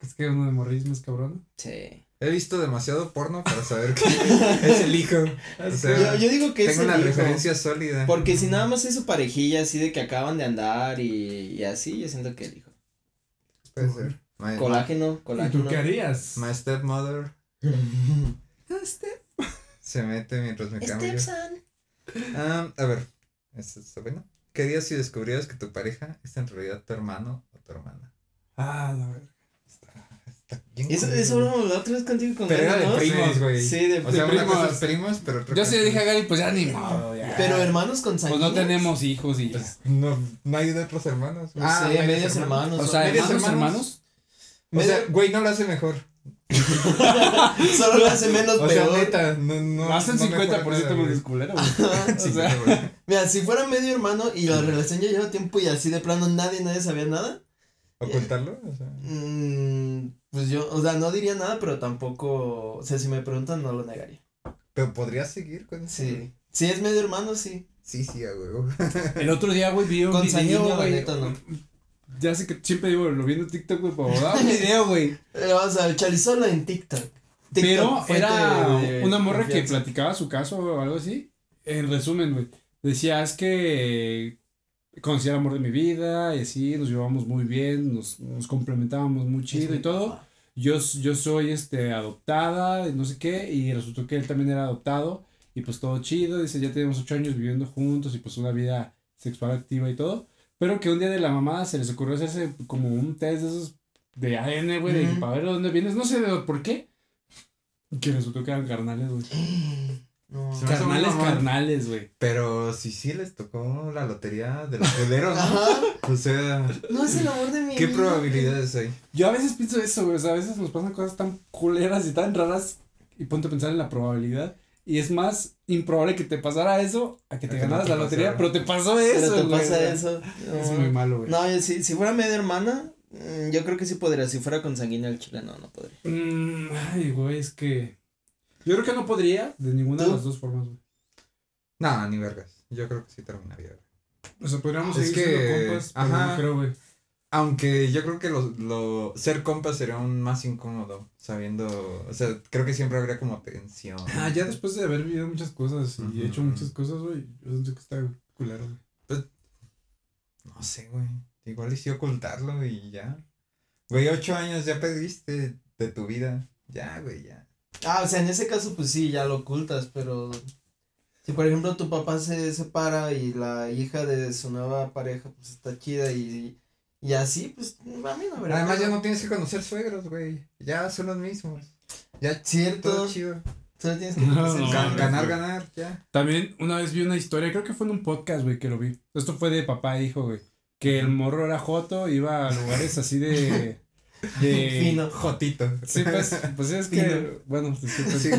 [SPEAKER 3] Es que uno de morrismo es cabrón.
[SPEAKER 2] Sí.
[SPEAKER 1] He visto demasiado porno para saber que es el hijo. O sea,
[SPEAKER 2] Yo, yo digo que es
[SPEAKER 1] tengo
[SPEAKER 2] el
[SPEAKER 1] una
[SPEAKER 2] hijo.
[SPEAKER 1] referencia sólida.
[SPEAKER 2] Porque si nada más es su parejilla así de que acaban de andar y, y así, yo siento que el hijo.
[SPEAKER 1] Puede ser. My,
[SPEAKER 2] Colágeno,
[SPEAKER 3] ¿Y tú
[SPEAKER 2] colágeno.
[SPEAKER 3] qué harías? Este.
[SPEAKER 1] my stepmother se mete mientras
[SPEAKER 2] Este
[SPEAKER 1] me cambio. Ah, a ver, ¿esto está bueno? ¿Qué harías si descubrieras que tu pareja es en realidad tu hermano o tu hermana?
[SPEAKER 3] Ah, la verga.
[SPEAKER 1] Está, Está bien
[SPEAKER 2] Eso,
[SPEAKER 1] culero,
[SPEAKER 2] eso
[SPEAKER 1] güey.
[SPEAKER 2] hablamos la otra vez contigo con
[SPEAKER 1] Pero era
[SPEAKER 2] Gandhi,
[SPEAKER 1] de
[SPEAKER 2] ¿no?
[SPEAKER 1] primos,
[SPEAKER 3] Sí.
[SPEAKER 1] güey.
[SPEAKER 2] Sí, de
[SPEAKER 1] O sea, una
[SPEAKER 3] primos.
[SPEAKER 1] cosa es primos, pero otra
[SPEAKER 4] Yo
[SPEAKER 1] cosa
[SPEAKER 4] sí le dije a
[SPEAKER 1] es-
[SPEAKER 4] Gary, pues ya ni modo. ya.
[SPEAKER 2] Pero hermanos con
[SPEAKER 4] Pues no tenemos hijos y ya.
[SPEAKER 1] Pues, no, no hay de otros hermanos. güey.
[SPEAKER 2] Ah, sí,
[SPEAKER 1] medios
[SPEAKER 2] medios hermanos.
[SPEAKER 4] o sea,
[SPEAKER 1] ¿medios
[SPEAKER 4] hermanos, hermanos.
[SPEAKER 1] hermanos? O sea, güey, no lo hace mejor.
[SPEAKER 2] Solo lo hace menos
[SPEAKER 1] O sea,
[SPEAKER 2] peor.
[SPEAKER 1] neta, no, no.
[SPEAKER 4] Hacen
[SPEAKER 1] no mejora
[SPEAKER 4] 50%
[SPEAKER 1] nada,
[SPEAKER 4] porque
[SPEAKER 1] güey.
[SPEAKER 4] es culero, güey.
[SPEAKER 1] Sí,
[SPEAKER 4] o sea,
[SPEAKER 1] güey.
[SPEAKER 2] Mira, si fuera medio hermano y la relación ya lleva tiempo y así de plano nadie, nadie sabía nada,
[SPEAKER 1] ¿Ocultarlo? O sea,
[SPEAKER 2] mm, pues yo, o sea, no diría nada, pero tampoco, o sea, si me preguntan no lo negaría.
[SPEAKER 1] pero podrías seguir con eso.
[SPEAKER 2] Sí. Si es medio hermano, sí.
[SPEAKER 1] Sí, sí, a huevo.
[SPEAKER 4] El otro día, güey, vi un
[SPEAKER 2] Con
[SPEAKER 4] video,
[SPEAKER 2] sanguíneo, la
[SPEAKER 4] güey.
[SPEAKER 2] neta, no.
[SPEAKER 4] Ya sé que siempre digo, lo vi en TikTok, güey, pero daba un video, güey.
[SPEAKER 2] Le vamos a ver, Charizola en TikTok.
[SPEAKER 4] Pero
[SPEAKER 2] TikTok, fuente
[SPEAKER 4] era
[SPEAKER 2] de
[SPEAKER 4] una morra que
[SPEAKER 2] confianza.
[SPEAKER 4] platicaba su caso o algo así. En resumen, güey. Decía, es que conocí al amor de mi vida y así, nos llevábamos muy bien, nos, nos complementábamos muy chido y todo. Yo, s- yo soy este, adoptada, no sé qué, y resultó que él también era adoptado. Y pues todo chido, dice, ya tenemos ocho años viviendo juntos y pues una vida sexual activa y todo. Pero que un día de la mamá se les ocurrió hacerse como un test de esos de ADN, güey, de
[SPEAKER 2] Ujú.
[SPEAKER 4] para ver de dónde vienes. No sé de por qué. Que resultó que eran carnales, güey.
[SPEAKER 2] No.
[SPEAKER 1] Se me hace muy
[SPEAKER 4] Carnales,
[SPEAKER 1] mamón.
[SPEAKER 4] carnales, güey.
[SPEAKER 1] Pero si sí les tocó la lotería de los culeros, ¿no?
[SPEAKER 2] Ajá.
[SPEAKER 1] O sea,
[SPEAKER 2] No es el amor de mi
[SPEAKER 1] ¿qué
[SPEAKER 2] vida.
[SPEAKER 1] probabilidades hay?
[SPEAKER 4] Yo a veces pienso eso, güey. O sea, a veces nos pasan cosas tan culeras y tan raras. Y ponte a pensar en la probabilidad. Y es más improbable que te pasara eso a que
[SPEAKER 1] A
[SPEAKER 4] te
[SPEAKER 1] que no
[SPEAKER 4] ganaras
[SPEAKER 1] te
[SPEAKER 4] la lotería.
[SPEAKER 1] pasara.
[SPEAKER 4] Pero te pasó
[SPEAKER 2] Pero
[SPEAKER 4] eso,
[SPEAKER 2] te
[SPEAKER 4] güey.
[SPEAKER 2] pasa
[SPEAKER 4] O sea,
[SPEAKER 2] eso.
[SPEAKER 4] Es
[SPEAKER 2] no.
[SPEAKER 4] muy malo, güey.
[SPEAKER 2] No, yo sí, si fuera media hermana, mm, yo creo que sí podría. Si fuera con sanguínea el chile, no, no podría.
[SPEAKER 4] Mm, ay, güey, es que. Yo creo que no podría de ninguna de
[SPEAKER 2] ¿Tú?
[SPEAKER 4] las dos formas, güey.
[SPEAKER 1] No, ni vergas. Yo creo que sí terminaría.
[SPEAKER 3] O sea, podríamos
[SPEAKER 1] Es
[SPEAKER 3] seguir
[SPEAKER 1] que-
[SPEAKER 3] siendo compas, pero
[SPEAKER 1] ajá.
[SPEAKER 3] no creo, güey.
[SPEAKER 1] Aunque yo creo que lo, lo, ser compa sería aún más incómodo, sabiendo, o sea, creo que siempre habría como tensión.
[SPEAKER 3] Ah, ya después de haber vivido muchas cosas y
[SPEAKER 1] Ujú.
[SPEAKER 3] hecho muchas cosas, güey, yo siento que está culero, güey.
[SPEAKER 1] No sé, güey, igual y sí ocultarlo y ya. Güey, ocho años ya perdiste de tu vida, ya, güey, ya.
[SPEAKER 2] Ah, o sea, en ese caso, pues sí, ya lo ocultas, pero. Si por ejemplo tu papá se separa y la hija de su nueva pareja, pues está chida y. Y así, pues a mí no habría.
[SPEAKER 1] Además ya
[SPEAKER 2] pedo.
[SPEAKER 1] no tienes que conocer suegros, güey, ya son los mismos. Ya, todo
[SPEAKER 2] Cierto.
[SPEAKER 1] chido.
[SPEAKER 2] Solo tienes que.
[SPEAKER 4] No,
[SPEAKER 2] conocer-
[SPEAKER 4] no,
[SPEAKER 1] Gan-
[SPEAKER 4] mames,
[SPEAKER 1] ganar, ganar, ya.
[SPEAKER 4] También una vez vi una historia, creo que fue en un podcast, güey, que lo vi. Esto fue de papá e hijo, güey. Que el morro era joto, iba a lugares así de. de
[SPEAKER 2] Fino.
[SPEAKER 1] Jotito.
[SPEAKER 4] Sí, pues, pues es
[SPEAKER 2] Fino.
[SPEAKER 4] que. Bueno, pues, sí, pues,
[SPEAKER 1] Sí,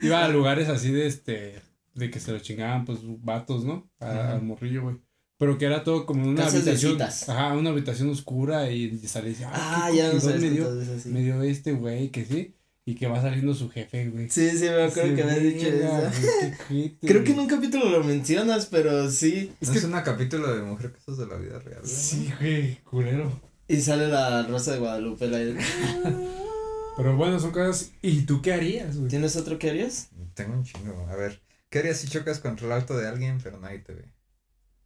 [SPEAKER 4] iba a lugares así de este. De que se lo chingaban, pues, vatos, ¿no? A- Al morrillo, güey. Pero que era todo como en una
[SPEAKER 2] Casas de
[SPEAKER 4] habitación.
[SPEAKER 2] citas.
[SPEAKER 4] Ajá, una habitación oscura y salía y dice,
[SPEAKER 2] Ah,
[SPEAKER 4] qué
[SPEAKER 2] ya no
[SPEAKER 4] cogidón
[SPEAKER 2] sabes
[SPEAKER 4] me dio,
[SPEAKER 2] cuántas veces así.
[SPEAKER 4] me dio este güey, que sí. Y que va saliendo su jefe, güey.
[SPEAKER 2] Sí, sí, me acuerdo que me has dicho eso. Creo que en un capítulo lo mencionas, pero sí.
[SPEAKER 1] Es que es un capítulo de Mujer Casos de la Vida Real. ¿no?
[SPEAKER 4] Sí, güey, culero.
[SPEAKER 2] Y sale la Rosa de Guadalupe. La...
[SPEAKER 4] Pero bueno, son cosas. ¿Y tú qué harías, güey?
[SPEAKER 2] ¿Tienes otro que harías?
[SPEAKER 1] Tengo un chingo. A ver, ¿qué harías si chocas contra el auto de alguien pero nadie te ve?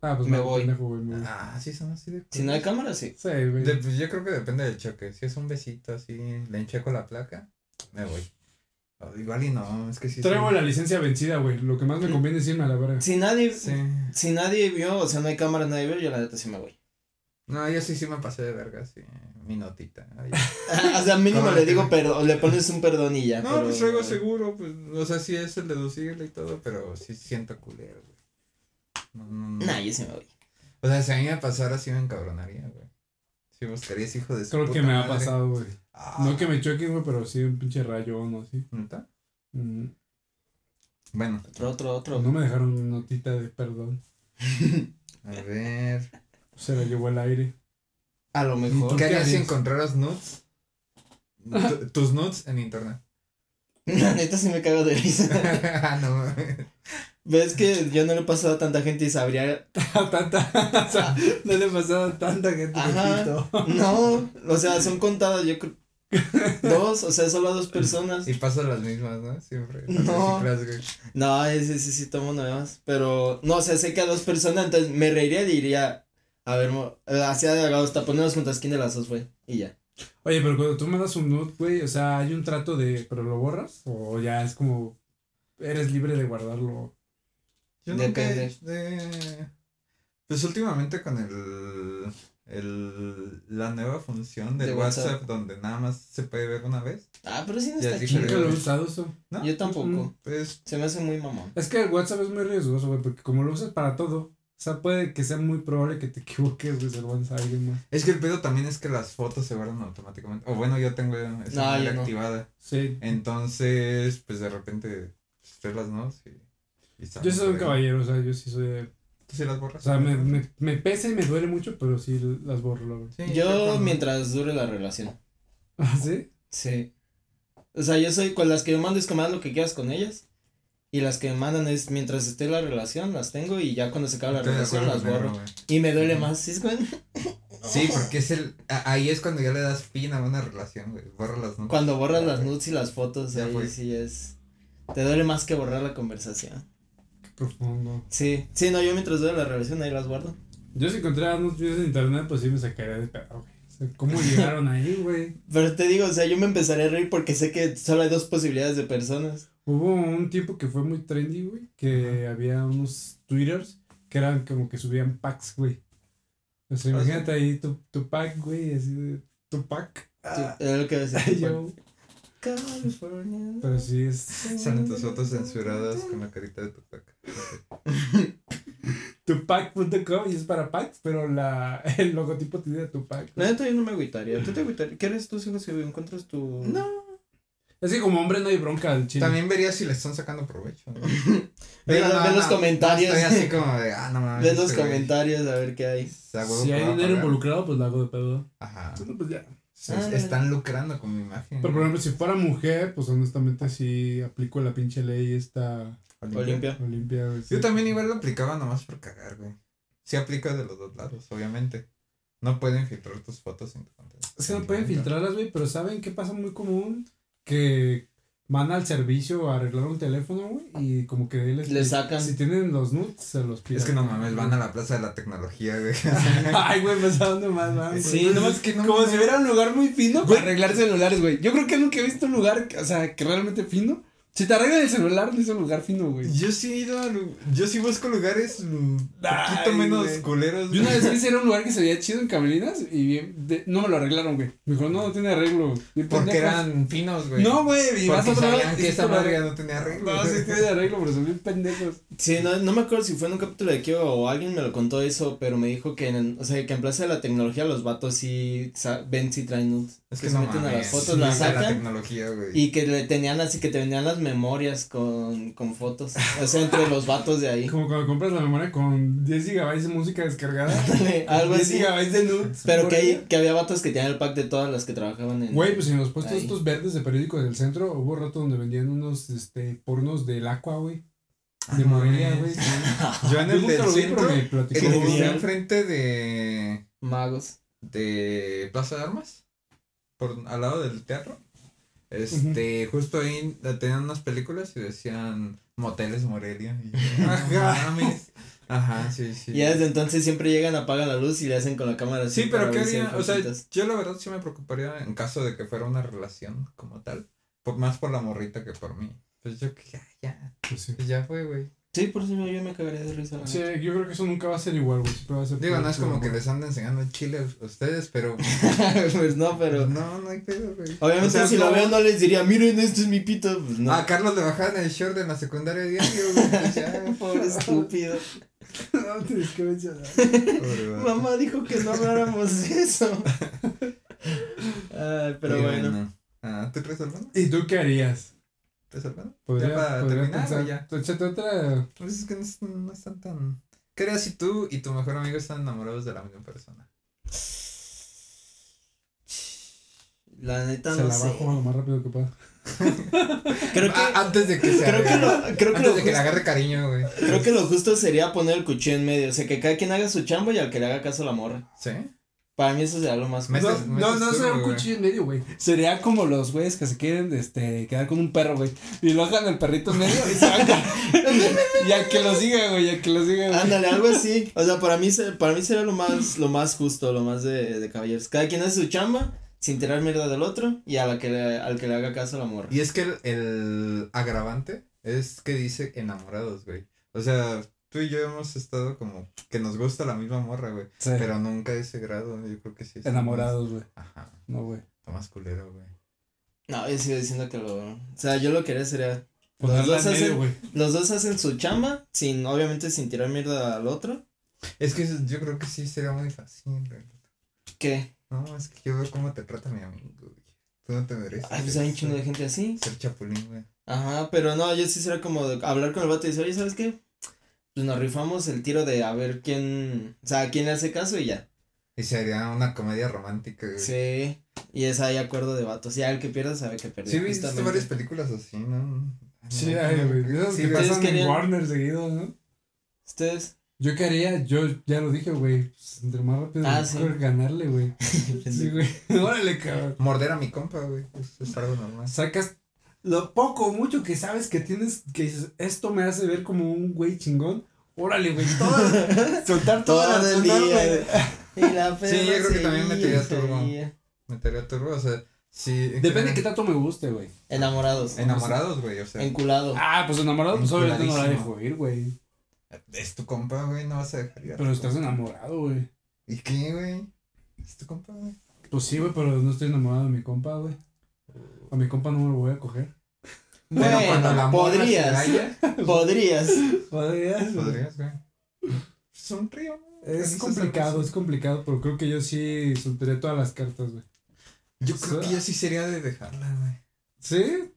[SPEAKER 4] Ah, pues
[SPEAKER 2] Me voy.
[SPEAKER 4] pendejo, güey, me voy.
[SPEAKER 1] Ah, sí, son así de.
[SPEAKER 2] Mm. Si no hay cámara, sí.
[SPEAKER 4] Sí, güey.
[SPEAKER 1] De- pues yo creo que depende del choque. Si es un besito así, le encheco la placa, me voy. O igual y no, es que sí.
[SPEAKER 4] Traigo
[SPEAKER 1] soy-
[SPEAKER 4] la licencia vencida, güey. Lo que más me conviene es irme a la verga.
[SPEAKER 2] Si nadie,
[SPEAKER 1] Sí.
[SPEAKER 2] si nadie vio, o sea, no hay cámara, nadie vio, yo la neta sí me voy.
[SPEAKER 1] No, yo sí, sí me pasé de verga, sí. Mi notita. Ay.
[SPEAKER 2] o sea, mínimo
[SPEAKER 1] Ah,
[SPEAKER 2] le
[SPEAKER 1] ok.
[SPEAKER 2] digo perdón, le pones un perdón y ya.
[SPEAKER 1] no,
[SPEAKER 2] pero-
[SPEAKER 1] pues traigo seguro, pues. O sea, sí es el deducible y todo, pero sí siento culero, güey. No, no, no.
[SPEAKER 2] Nah, yo sí me voy.
[SPEAKER 1] O sea, si a mí me pasara, sí me encabronaría, güey. Sí buscaría ese hijo de su
[SPEAKER 4] Creo que
[SPEAKER 1] puta
[SPEAKER 4] me ha
[SPEAKER 1] madre.
[SPEAKER 4] pasado, güey.
[SPEAKER 1] Ah,
[SPEAKER 4] No que me choquen, güey, pero sí un pinche rayón o así.
[SPEAKER 1] ¿neta?
[SPEAKER 4] Mm,
[SPEAKER 1] Bueno,
[SPEAKER 2] Otro, otro, otro.
[SPEAKER 4] No me dejaron notita de perdón.
[SPEAKER 1] a ver.
[SPEAKER 4] Se la llevó al aire.
[SPEAKER 2] A lo mejor.
[SPEAKER 1] ¿Qué harías si
[SPEAKER 4] harías?
[SPEAKER 1] encontraras nudes? Tu- Tus nudes en internet.
[SPEAKER 2] La neta sí me cago de risa.
[SPEAKER 1] Ah, no. mames.
[SPEAKER 2] Ves que yo no le he pasado a tanta gente y sabría.
[SPEAKER 4] A tanta. O sea, no le pasaron tanta gente.
[SPEAKER 2] Ajá.
[SPEAKER 4] Pepito.
[SPEAKER 2] No, o sea, son contadas, yo creo. Dos, o sea, solo a dos personas.
[SPEAKER 1] Y pasan las mismas, ¿no? Siempre. las
[SPEAKER 2] No.
[SPEAKER 1] reciclas, güey.
[SPEAKER 2] No, ese sí, sí, tomo nuevas. Pero, no, o sea, sé que a dos personas, entonces me reiría y diría, a ver, mo- eh, hacia de lado, hasta ponernos juntas, ¿quién de las dos fue? Y ya.
[SPEAKER 4] Oye, pero cuando tú mandas un nude, güey, o sea, hay un trato de. ¿Pero lo borras? ¿O ya es como. Eres libre de guardarlo?
[SPEAKER 1] Yo nunca he
[SPEAKER 2] Depende.
[SPEAKER 1] hecho de... Pues últimamente con el... el, la nueva función del
[SPEAKER 2] De
[SPEAKER 1] WhatsApp,
[SPEAKER 2] WhatsApp.
[SPEAKER 1] donde nada más se puede ver una vez.
[SPEAKER 2] Ah, pero sí no
[SPEAKER 1] Ya
[SPEAKER 2] está
[SPEAKER 1] dije,
[SPEAKER 3] Nunca
[SPEAKER 2] chido.
[SPEAKER 3] lo he
[SPEAKER 2] güey.
[SPEAKER 3] usado eso.
[SPEAKER 1] ¿no?
[SPEAKER 2] Yo tampoco.
[SPEAKER 1] Pues
[SPEAKER 2] Se me hace muy mamón.
[SPEAKER 3] Es que el WhatsApp es muy riesgoso, güey, porque como lo usas para todo, o sea, puede que sea muy probable que te equivoques, güey, se lo mandes a alguien más.
[SPEAKER 1] es que el pedo también es que las fotos se guardan automáticamente. O bueno, yo tengo esa
[SPEAKER 2] No,
[SPEAKER 1] manera
[SPEAKER 2] yo no.
[SPEAKER 1] activada.
[SPEAKER 3] Sí.
[SPEAKER 1] Entonces, pues de repente, pues, tú las no y, y
[SPEAKER 3] Yo soy un
[SPEAKER 1] salen.
[SPEAKER 3] caballero, o sea, yo sí soy de...
[SPEAKER 1] ¿Tú sí las
[SPEAKER 3] O
[SPEAKER 1] borras?
[SPEAKER 3] sea, me, me, me pesa y me duele mucho, pero sí las borro, la verdad.
[SPEAKER 1] Sí,
[SPEAKER 2] Yo
[SPEAKER 1] cuando-
[SPEAKER 2] mientras dure la relación.
[SPEAKER 3] ¿Ah, sí?
[SPEAKER 2] Sí. O sea, yo soy con las que yo mando es que me hagas lo que quieras con ellas. Y las que me mandan es mientras esté la relación, las tengo y ya cuando se acaba la
[SPEAKER 1] Estoy de
[SPEAKER 2] relación
[SPEAKER 1] acuerdo
[SPEAKER 2] las
[SPEAKER 1] con Nero,
[SPEAKER 2] borro.
[SPEAKER 1] güey.
[SPEAKER 2] Y me duele
[SPEAKER 1] Ujú.
[SPEAKER 2] más, ¿sí? es como-
[SPEAKER 1] Sí, porque es el. a- Ahí es cuando ya le das fin a una relación, güey. Bórralas, ¿no?
[SPEAKER 2] Cuando borras las nudes y las fotos,
[SPEAKER 1] Ya
[SPEAKER 2] ahí
[SPEAKER 1] fue.
[SPEAKER 2] sí es. Te duele más que borrar la conversación.
[SPEAKER 3] Qué profundo.
[SPEAKER 2] Sí, sí, no, yo mientras dure la relación ahí las guardo.
[SPEAKER 3] Yo si encontrara unos videos en internet, pues sí me sacaría de pedo, güey. O sea, ¿cómo llegaron ahí, güey?
[SPEAKER 2] Pero te digo, o sea, yo me empezaré a reír porque sé que solo hay dos posibilidades de personas.
[SPEAKER 3] Hubo un tiempo que fue muy trendy, güey, que había unos twitters que eran como que subían packs, güey. O sea,
[SPEAKER 1] Ah,
[SPEAKER 3] imagínate ahí tu, tu pack, güey, así de tu pack.
[SPEAKER 1] Ah.
[SPEAKER 2] Tú- es lo que decía
[SPEAKER 3] Ay,
[SPEAKER 2] Ah, tu
[SPEAKER 3] yo-
[SPEAKER 2] California.
[SPEAKER 1] Pues,
[SPEAKER 3] pero sí es
[SPEAKER 1] Salen tus fotos censuradas con la carita de tu caca.
[SPEAKER 3] tupac.com y es para packs, pero la, el logotipo tiene a Tupac.
[SPEAKER 2] La neta yo no me agüitaría. ¿Tú te agüitarías? ¿Qué harías tú si si encuentras tu...?
[SPEAKER 1] No.
[SPEAKER 3] Es que como hombre no hay bronca al chile.
[SPEAKER 1] También vería si le están sacando provecho. ¿no?
[SPEAKER 2] Ve,
[SPEAKER 1] Digo, no,
[SPEAKER 2] ve los
[SPEAKER 1] no,
[SPEAKER 2] comentarios.
[SPEAKER 1] Estoy así como de, ah, no mames.
[SPEAKER 2] ve los
[SPEAKER 1] este güey,
[SPEAKER 2] comentarios a ver qué hay.
[SPEAKER 1] o sea, huevo
[SPEAKER 3] si
[SPEAKER 1] que
[SPEAKER 3] hay
[SPEAKER 1] va a
[SPEAKER 3] dinero
[SPEAKER 1] pagar.
[SPEAKER 3] involucrado, pues la hago de pedo.
[SPEAKER 1] Ajá.
[SPEAKER 3] Entonces, pues ya.
[SPEAKER 1] Se- se están lucrando con mi imagen.
[SPEAKER 3] Pero por ejemplo, si fuera mujer, pues honestamente sí aplico la pinche ley esta
[SPEAKER 1] Olimpia.
[SPEAKER 2] Olimpia.
[SPEAKER 3] Olimpia. güey, sí.
[SPEAKER 1] Yo también igual lo aplicaba nomás por cagar, güey. Sí aplica de los dos lados, obviamente. No pueden filtrar tus fotos en tu contenido.
[SPEAKER 3] Es que no pueden filtrarlas, güey, pero ¿saben qué pasa muy común? Que van al servicio a arreglar un teléfono, güey, y como que les,
[SPEAKER 2] Le sacan.
[SPEAKER 3] Si tienen los nudes, se los piden.
[SPEAKER 1] Es que no mames, van a la plaza de la tecnología, güey.
[SPEAKER 3] Ay, güey, pues a dónde más van. güey?
[SPEAKER 2] Sí,
[SPEAKER 1] Pues
[SPEAKER 2] nomás
[SPEAKER 1] es que no
[SPEAKER 5] Como
[SPEAKER 1] mames.
[SPEAKER 5] si hubiera un lugar muy fino para arreglar celulares, güey. Yo creo que nunca he visto un lugar, o sea, que realmente fino. Si te arreglan el celular, no es un lugar fino, güey.
[SPEAKER 1] Yo sí he ido a lu- Yo sí busco lugares un
[SPEAKER 5] Ay,
[SPEAKER 1] poquito menos
[SPEAKER 5] güey.
[SPEAKER 1] culeros.
[SPEAKER 5] Yo una
[SPEAKER 1] güey.
[SPEAKER 5] vez quise ir a un lugar que se veía chido en Camelinas y bien- de- no me lo arreglaron, güey. Me dijo, no, no tiene arreglo. Bien
[SPEAKER 1] Porque
[SPEAKER 5] pendejos.
[SPEAKER 1] eran finos, güey.
[SPEAKER 5] No, güey, y
[SPEAKER 1] porque
[SPEAKER 5] vas a otro lado
[SPEAKER 1] sabían
[SPEAKER 5] y
[SPEAKER 1] que
[SPEAKER 5] sí
[SPEAKER 1] esa
[SPEAKER 5] te lo
[SPEAKER 1] madre
[SPEAKER 5] arreglan.
[SPEAKER 1] no tenía arreglo.
[SPEAKER 5] No,
[SPEAKER 1] güey.
[SPEAKER 5] sí tiene arreglo, pero son bien pendejos.
[SPEAKER 2] Sí, no, no me acuerdo si fue en un capítulo de Kio o alguien me lo contó eso, pero me dijo que en, o sea, que en Plaza de la Tecnología los vatos sí sa- ven si traen nudes.
[SPEAKER 1] Es
[SPEAKER 2] Que
[SPEAKER 1] que
[SPEAKER 2] se
[SPEAKER 1] no
[SPEAKER 2] meten a
[SPEAKER 1] mames,
[SPEAKER 2] las fotos,
[SPEAKER 1] sí,
[SPEAKER 2] las
[SPEAKER 1] usa la
[SPEAKER 2] sacan.
[SPEAKER 1] tecnología, güey.
[SPEAKER 2] Y que le tenían así, que te vendían las memorias con, con fotos. O sea, entre los vatos de ahí.
[SPEAKER 3] Como cuando compras la memoria con 10 gigabytes de música descargada.
[SPEAKER 2] Algo
[SPEAKER 3] 10
[SPEAKER 2] así.
[SPEAKER 3] gigabytes de nudes.
[SPEAKER 2] Pero
[SPEAKER 3] por
[SPEAKER 2] que,
[SPEAKER 3] día.
[SPEAKER 2] hay, que había vatos que tenían el pack de todas las que trabajaban en.
[SPEAKER 3] Güey, pues en los puestos
[SPEAKER 2] Ahí.
[SPEAKER 3] estos verdes de periódicos del centro, hubo rato donde vendían unos, este, pornos del Aqua, güey. De
[SPEAKER 1] Ah, no
[SPEAKER 3] Morelia,
[SPEAKER 1] mames.
[SPEAKER 3] güey.
[SPEAKER 1] Yo en
[SPEAKER 3] Yo
[SPEAKER 1] el
[SPEAKER 3] nunca
[SPEAKER 1] del
[SPEAKER 3] lo vi, pero
[SPEAKER 1] centro,
[SPEAKER 3] me
[SPEAKER 1] en el
[SPEAKER 3] platicó.
[SPEAKER 1] que
[SPEAKER 2] Genial.
[SPEAKER 1] está enfrente de,
[SPEAKER 2] Magos.
[SPEAKER 1] de Plaza de Armas, por, al lado del teatro, este, justo ahí eh, tenían unas películas y decían Moteles Morelia. Y yo, Ajá. mames. Ajá, sí, sí.
[SPEAKER 2] Y ya desde entonces siempre llegan, apagan la luz y le hacen con la cámara así.
[SPEAKER 1] Sí, pero
[SPEAKER 2] para
[SPEAKER 1] ¿qué
[SPEAKER 2] ver si hay
[SPEAKER 1] haría? O sea,
[SPEAKER 2] fotitos.
[SPEAKER 1] yo la verdad sí me preocuparía en caso de que fuera una relación como tal. Por, más por la morrita que por mí. Pues yo que ya, ya,
[SPEAKER 3] Pues sí.
[SPEAKER 1] pues ya fue, güey.
[SPEAKER 2] Sí, por eso yo me cagaría de risa. la
[SPEAKER 3] Sí,
[SPEAKER 2] neta.
[SPEAKER 3] yo creo que eso nunca va a ser igual, güey. Siempre va a ser.
[SPEAKER 1] Digo, no es como que
[SPEAKER 3] güey.
[SPEAKER 1] les anden enseñando chile a ustedes, pero
[SPEAKER 2] pues no,
[SPEAKER 1] Pero
[SPEAKER 2] pero.
[SPEAKER 1] no, no hay pedo, güey.
[SPEAKER 2] Obviamente,
[SPEAKER 1] O sea,
[SPEAKER 2] si
[SPEAKER 1] no-
[SPEAKER 2] lo veo, no les diría, miren, esto es mi pito. Pues no.
[SPEAKER 1] A Ah, Carlos le bajaban el short en la secundaria diario, güey. pues ya,
[SPEAKER 2] Pobre estúpido.
[SPEAKER 3] No, tienes que mencionar.
[SPEAKER 1] pobre vato.
[SPEAKER 2] Mamá dijo que no habláramos de eso. Ay, pero
[SPEAKER 1] Y
[SPEAKER 2] bueno.
[SPEAKER 1] Ah, ¿Tú traes hermano?
[SPEAKER 3] ¿Y tú qué harías?
[SPEAKER 1] ¿Traes hermano?
[SPEAKER 3] ¿Podría,
[SPEAKER 1] Ya para
[SPEAKER 3] podría
[SPEAKER 1] terminar,
[SPEAKER 3] pensar-
[SPEAKER 1] o ya?
[SPEAKER 3] tú échate otra.
[SPEAKER 1] Pues es que no, es- no están tan. ¿Qué harías si tú y tu mejor amigo están enamorados de la misma persona?
[SPEAKER 2] La neta
[SPEAKER 3] Se
[SPEAKER 2] no
[SPEAKER 3] la
[SPEAKER 2] sé.
[SPEAKER 3] bajo lo más rápido que pueda.
[SPEAKER 2] Creo que.
[SPEAKER 1] Ah, antes de que se
[SPEAKER 2] Creo que
[SPEAKER 1] agarre-
[SPEAKER 2] lo, creo que
[SPEAKER 1] Antes
[SPEAKER 2] lo
[SPEAKER 1] de que le
[SPEAKER 2] justo-
[SPEAKER 1] agarre cariño, güey.
[SPEAKER 2] Creo que lo justo sería poner el cuchillo en medio, o sea, que cada quien haga su chamba y al que le haga caso la morra.
[SPEAKER 1] ¿Sí?
[SPEAKER 2] Para mí eso sería lo más
[SPEAKER 1] Me-
[SPEAKER 2] justo.
[SPEAKER 1] Metes-
[SPEAKER 3] no, no,
[SPEAKER 1] metes
[SPEAKER 3] no
[SPEAKER 1] tú,
[SPEAKER 3] será un
[SPEAKER 1] güey.
[SPEAKER 3] cuchillo en medio, güey.
[SPEAKER 5] Sería como los güeyes que se quieren este, quedar con un perro, güey. Y lo dejan al perrito en medio y se van. y al que lo siga, güey, al que lo siga, güey.
[SPEAKER 2] Ándale, algo así. O sea, para mí se- para mí sería lo más lo más justo, lo más de, de caballeros. Cada quien hace su chamba sin tirar mierda del otro y a la que le, al que le haga caso la morra.
[SPEAKER 1] Y es que el, el agravante es que dice enamorados, güey. O sea, tú y yo hemos estado como que nos gusta la misma morra, güey.
[SPEAKER 3] Sí.
[SPEAKER 1] Pero nunca a ese grado, yo creo que sí. es
[SPEAKER 3] Enamorados, güey.
[SPEAKER 1] más- Ajá,
[SPEAKER 3] No, güey.
[SPEAKER 1] está más culero, güey.
[SPEAKER 2] No, yo sigo diciendo que lo. O sea, yo lo que haría sería.
[SPEAKER 1] Pues
[SPEAKER 2] Los
[SPEAKER 3] Pues
[SPEAKER 4] Ponerla
[SPEAKER 2] dos,
[SPEAKER 4] en medio,
[SPEAKER 2] hacen,
[SPEAKER 4] güey.
[SPEAKER 2] los dos hacen su chamba, sin, obviamente sin tirar mierda al otro.
[SPEAKER 1] Es que eso- yo creo que sí sería muy fácil, güey.
[SPEAKER 2] ¿Qué?
[SPEAKER 1] No, es que yo veo cómo te trata mi amigo, güey. Tú no te mereces.
[SPEAKER 2] Ay, pues hay un
[SPEAKER 1] eso.
[SPEAKER 2] chingo de gente así.
[SPEAKER 1] Ser chapulín, güey.
[SPEAKER 2] Ajá, pero no, yo sí será como de hablar con el vato y decir, oye, ¿sabes qué? Pues nos rifamos el tiro de a ver quién, o sea, quién le hace caso y ya.
[SPEAKER 1] Y sería una comedia romántica, güey. Sí.
[SPEAKER 2] Sí, y es ahí acuerdo de vatos. Ya el que pierda sabe que perdió.
[SPEAKER 1] Sí, he visto
[SPEAKER 2] justamente.
[SPEAKER 1] varias películas así, ¿no?
[SPEAKER 3] Sí,
[SPEAKER 1] No,
[SPEAKER 3] ay,
[SPEAKER 1] no,
[SPEAKER 3] güey. Esas
[SPEAKER 1] sí,
[SPEAKER 3] que
[SPEAKER 2] güey.
[SPEAKER 3] pasan en
[SPEAKER 2] Querían-
[SPEAKER 3] Warner seguido, ¿no?
[SPEAKER 2] Ustedes,
[SPEAKER 3] Yo qué haría, yo ya lo dije, güey. pues, entre más rápido
[SPEAKER 2] Ah,
[SPEAKER 3] mejor
[SPEAKER 2] sí.
[SPEAKER 3] ganarle, güey. Sí, güey. Órale, cabrón.
[SPEAKER 1] Morder a mi compa, güey. Pues, Es, es algo normal.
[SPEAKER 3] Sacas lo poco o mucho que sabes que tienes, que dices, esto me hace ver como un güey chingón. Órale, güey. Todo, soltar toda
[SPEAKER 2] todo
[SPEAKER 3] la
[SPEAKER 2] el
[SPEAKER 3] sonar,
[SPEAKER 2] día. eh.
[SPEAKER 3] güey.
[SPEAKER 2] güey. Y la
[SPEAKER 1] Sí, yo creo que también metería
[SPEAKER 2] metería
[SPEAKER 1] turbo. Metería turbo, o sea, sí.
[SPEAKER 3] Depende de qué tanto me guste, güey.
[SPEAKER 2] Enamorados.
[SPEAKER 1] Enamorados, güey, o sea.
[SPEAKER 2] Enculado.
[SPEAKER 3] Ah, pues enamorado, pues obviamente no la
[SPEAKER 1] Enculadísimo.
[SPEAKER 3] dejo ir, güey.
[SPEAKER 1] Es tu compa, güey, no vas a dejar ir. a tu
[SPEAKER 3] Pero estás
[SPEAKER 1] compa.
[SPEAKER 3] enamorado, güey.
[SPEAKER 1] ¿Y qué, güey? Es tu compa, güey.
[SPEAKER 3] Pues sí, güey, pero no estoy enamorado de mi compa, güey. A mi compa no me lo voy a coger.
[SPEAKER 1] Pero cuando la
[SPEAKER 2] bueno,
[SPEAKER 1] morra se
[SPEAKER 2] podrías,
[SPEAKER 1] vaya,
[SPEAKER 2] podrías.
[SPEAKER 3] Podrías, güey.
[SPEAKER 1] Podrías, güey. Pues, Sonrío.
[SPEAKER 3] Es complicado, es complicado, pero creo que yo sí soltaré todas las cartas, güey.
[SPEAKER 1] Yo creo que yo sí sería de dejarla, güey.
[SPEAKER 3] ¿Sí?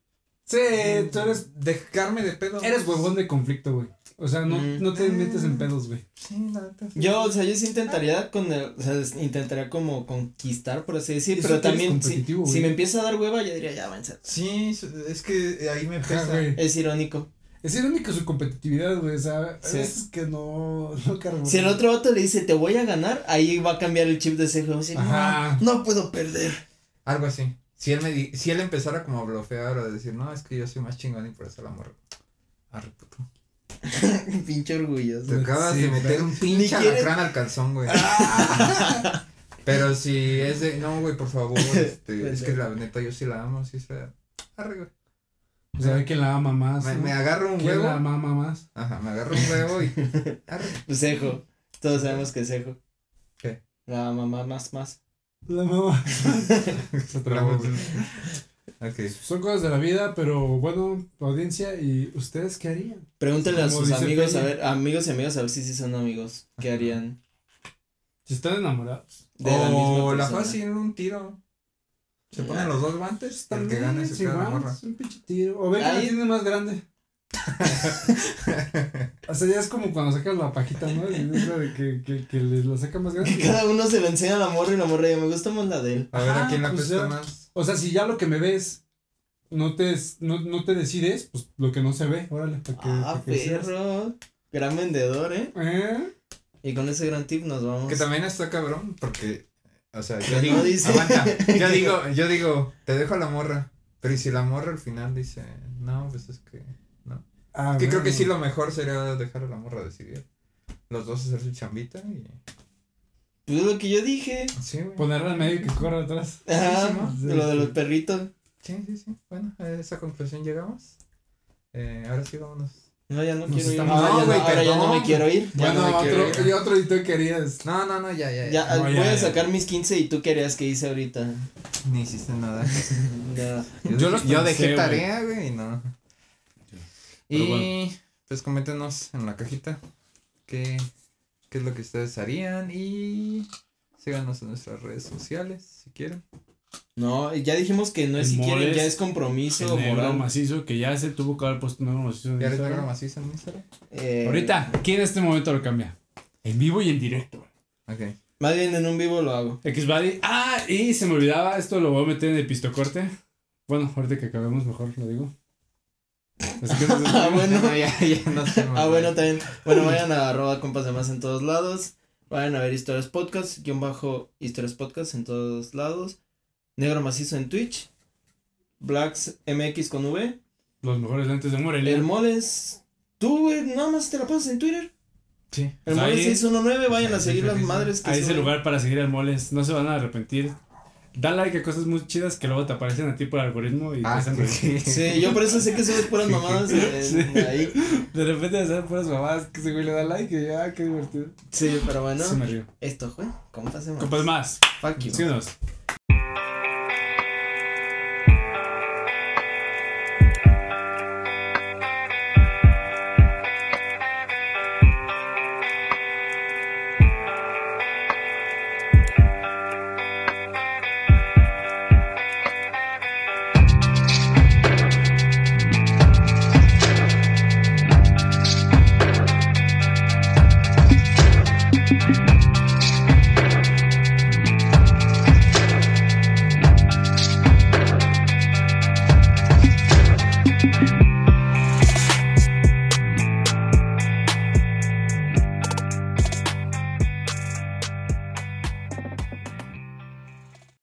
[SPEAKER 3] Sí,
[SPEAKER 1] Mm.
[SPEAKER 3] Eh, tú eres
[SPEAKER 1] Dejarme de pedo.
[SPEAKER 3] Eres huevón de conflicto, güey. O sea, no,
[SPEAKER 2] Mm.
[SPEAKER 3] no te metes en pedos, güey.
[SPEAKER 1] Sí, la neta. sí.
[SPEAKER 2] Yo, o sea, yo sí intentaría con el, o sea, es- intentaría como conquistar, por así decir,
[SPEAKER 3] Eso
[SPEAKER 2] pero
[SPEAKER 3] que eres
[SPEAKER 2] también si,
[SPEAKER 3] competitivo,
[SPEAKER 2] si
[SPEAKER 3] güey.
[SPEAKER 2] me empieza a dar hueva, yo diría, ya avanza.
[SPEAKER 1] Sí, es que eh, ahí me
[SPEAKER 3] Ajá,
[SPEAKER 1] pesa.
[SPEAKER 3] Ah, güey.
[SPEAKER 2] Es irónico.
[SPEAKER 3] Es irónico su competitividad, güey. O sea,
[SPEAKER 2] Sí.
[SPEAKER 3] es que no, no cargo.
[SPEAKER 2] Si el otro vato le dice, te voy a ganar, ahí va a cambiar el chip de ese juego. así, no,
[SPEAKER 3] Ajá.
[SPEAKER 2] no puedo perder.
[SPEAKER 1] Algo así. Si él me di- si él empezara como a blofear o a decir, no, es que yo soy más chingón y por eso la morro. Arre, puto.
[SPEAKER 2] Pinche orgulloso.
[SPEAKER 1] Te acabas
[SPEAKER 3] Sí,
[SPEAKER 1] de meter
[SPEAKER 3] pero-
[SPEAKER 1] un pinche
[SPEAKER 2] quieres-
[SPEAKER 1] alacrán al calzón, güey. Pero si es de, no, güey, por favor, este, es que la neta yo sí la amo, sí se Arre, güey.
[SPEAKER 3] O sea, ¿quién la ama más?
[SPEAKER 1] Me,
[SPEAKER 3] no?
[SPEAKER 1] me agarro un
[SPEAKER 3] Ah, ¿Quién la
[SPEAKER 1] huevo.
[SPEAKER 3] ama más?
[SPEAKER 1] Ajá, me agarro un huevo y. Arre.
[SPEAKER 2] Pues Sejo. Todos sabemos que es Sejo.
[SPEAKER 1] ¿Qué?
[SPEAKER 2] La mamá más más.
[SPEAKER 3] La mamá. trabó, güey.
[SPEAKER 1] ok.
[SPEAKER 3] Son cosas de la vida, pero bueno, audiencia, ¿y ustedes qué harían?
[SPEAKER 2] Pregúntenle a
[SPEAKER 3] Como
[SPEAKER 2] sus
[SPEAKER 3] dice
[SPEAKER 2] amigos,
[SPEAKER 3] Peña.
[SPEAKER 2] a ver, amigos y amigos, a ver si sí son amigos. ¿Qué harían
[SPEAKER 3] Si están enamorados.
[SPEAKER 2] de la misma
[SPEAKER 1] o
[SPEAKER 2] persona?
[SPEAKER 1] la fácil, un tiro. Se ponen los dos guantes. El que
[SPEAKER 3] También,
[SPEAKER 1] gane se
[SPEAKER 3] si
[SPEAKER 1] queda la
[SPEAKER 3] van,
[SPEAKER 1] morra.
[SPEAKER 3] es un pinche tiro. O ve que la
[SPEAKER 2] Ahí-
[SPEAKER 3] tiene más grande. O sea, ya es como cuando sacas la pajita, ¿no? Y es la de que, que, que les la saca más grande.
[SPEAKER 2] Que cada uno se le enseña a la morra y la morra, ya me gusta más la de él.
[SPEAKER 1] A ver a
[SPEAKER 3] Ajá,
[SPEAKER 1] quién la
[SPEAKER 3] pues
[SPEAKER 1] apesta
[SPEAKER 3] ya.
[SPEAKER 1] más.
[SPEAKER 3] O sea, si ya lo que me ves no te, es- no, no te decides, pues lo que no se ve, órale, para que.
[SPEAKER 2] Ah,
[SPEAKER 3] pa' que seas.
[SPEAKER 2] perro. Gran vendedor, ¿eh?
[SPEAKER 3] ¿Eh?
[SPEAKER 2] Y con ese gran tip nos vamos.
[SPEAKER 1] Que también está cabrón, porque. O sea, yo
[SPEAKER 2] no
[SPEAKER 1] digo.
[SPEAKER 2] dice.
[SPEAKER 1] Aguanta. Yo digo, yo digo, te dejo a la morra. Pero y si la morra al final dice, no, pues es que.
[SPEAKER 3] Ah,
[SPEAKER 1] Es que creo
[SPEAKER 3] bueno.
[SPEAKER 1] que sí lo mejor sería dejar a la morra decidir. Los dos hacer su chambita y. pues,
[SPEAKER 2] Pues es lo que yo dije.
[SPEAKER 1] Sí, güey.
[SPEAKER 3] Ponerla en medio y que corra atrás.
[SPEAKER 2] Ajá,
[SPEAKER 3] sí,
[SPEAKER 2] lo de
[SPEAKER 3] sí.
[SPEAKER 2] los perritos.
[SPEAKER 1] Sí, sí, sí. Bueno, a esa conclusión llegamos. Eh, ahora sí, vámonos.
[SPEAKER 2] No, ya no
[SPEAKER 3] Nos
[SPEAKER 2] quiero ir.
[SPEAKER 3] estamos-
[SPEAKER 2] Ahora
[SPEAKER 1] No,
[SPEAKER 2] ya
[SPEAKER 1] güey,
[SPEAKER 2] ahora ya no
[SPEAKER 1] perdón.
[SPEAKER 2] me quiero ir. Ya
[SPEAKER 1] Bueno,
[SPEAKER 2] no me quiero
[SPEAKER 1] otro-
[SPEAKER 2] ir.
[SPEAKER 3] y otro y tú querías.
[SPEAKER 1] No, no, no, ya, ya.
[SPEAKER 2] Ya,
[SPEAKER 3] No,
[SPEAKER 2] al-
[SPEAKER 3] ya,
[SPEAKER 2] voy a
[SPEAKER 3] ya.
[SPEAKER 2] sacar mis 15 y tú querías que hice ahorita.
[SPEAKER 1] Ni hiciste nada.
[SPEAKER 2] Ya.
[SPEAKER 1] Yo,
[SPEAKER 3] Yo
[SPEAKER 1] dejé-
[SPEAKER 3] los
[SPEAKER 1] yo
[SPEAKER 3] pensé,
[SPEAKER 1] dejé
[SPEAKER 3] güey.
[SPEAKER 1] tarea, güey, y no.
[SPEAKER 4] Pero
[SPEAKER 1] y
[SPEAKER 4] bueno.
[SPEAKER 1] pues coméntenos en la cajita qué, qué es lo que ustedes harían y síganos en nuestras redes sociales si quieren.
[SPEAKER 2] No, ya dijimos que no es
[SPEAKER 4] El
[SPEAKER 2] si quieren,
[SPEAKER 4] Mores,
[SPEAKER 2] ya es compromiso
[SPEAKER 4] El negro
[SPEAKER 2] moral.
[SPEAKER 4] macizo que ya se tuvo que haber puesto negro macizo en
[SPEAKER 1] ¿Ya eres
[SPEAKER 4] Instagram.
[SPEAKER 1] negro macizo en Instagram?
[SPEAKER 2] Eh,
[SPEAKER 4] Ahorita, aquí en este momento lo cambia. En vivo y en directo.
[SPEAKER 1] Ok.
[SPEAKER 2] Más bien en un vivo lo hago.
[SPEAKER 4] Xbody. Ah, y se me olvidaba, esto lo voy a meter en el pistocorte. Bueno, ahorita que acabemos mejor lo digo. Así que nos
[SPEAKER 2] Ah, bueno.
[SPEAKER 1] No, ya, ya no sé.
[SPEAKER 2] Ah, bueno, también. Bueno, vayan a arroba compas de más en todos lados. Vayan a ver historias podcast, guión bajo historias podcast en todos lados. Negro macizo en Twitch. Blacks MX con V.
[SPEAKER 4] Los mejores lentes de Morelia.
[SPEAKER 2] El Moles. Tú, güey, nada más te la pasas en Twitter.
[SPEAKER 1] Sí.
[SPEAKER 2] El
[SPEAKER 4] Pues ahí-
[SPEAKER 2] Moles 619, vayan a seguir las
[SPEAKER 1] ahí-
[SPEAKER 2] madres que
[SPEAKER 4] Ahí es el
[SPEAKER 2] suben.
[SPEAKER 4] lugar para seguir al Moles. No se van a arrepentir. da like a cosas muy chidas que luego te aparecen a ti por algoritmo y te
[SPEAKER 1] Ah,
[SPEAKER 4] hacen
[SPEAKER 1] sí,
[SPEAKER 4] reír.
[SPEAKER 1] sí.
[SPEAKER 2] Sí, yo por eso sé que subes puras mamadas en-
[SPEAKER 4] Sí.
[SPEAKER 2] ahí.
[SPEAKER 4] De repente me salen puras mamadas que ese güey le da like y ya, ah, qué divertido.
[SPEAKER 2] Sí, pero bueno.
[SPEAKER 4] Sí me río.
[SPEAKER 2] Esto fue. ¿Cómo
[SPEAKER 4] Compas más,
[SPEAKER 2] Fuck you.
[SPEAKER 4] síguenos.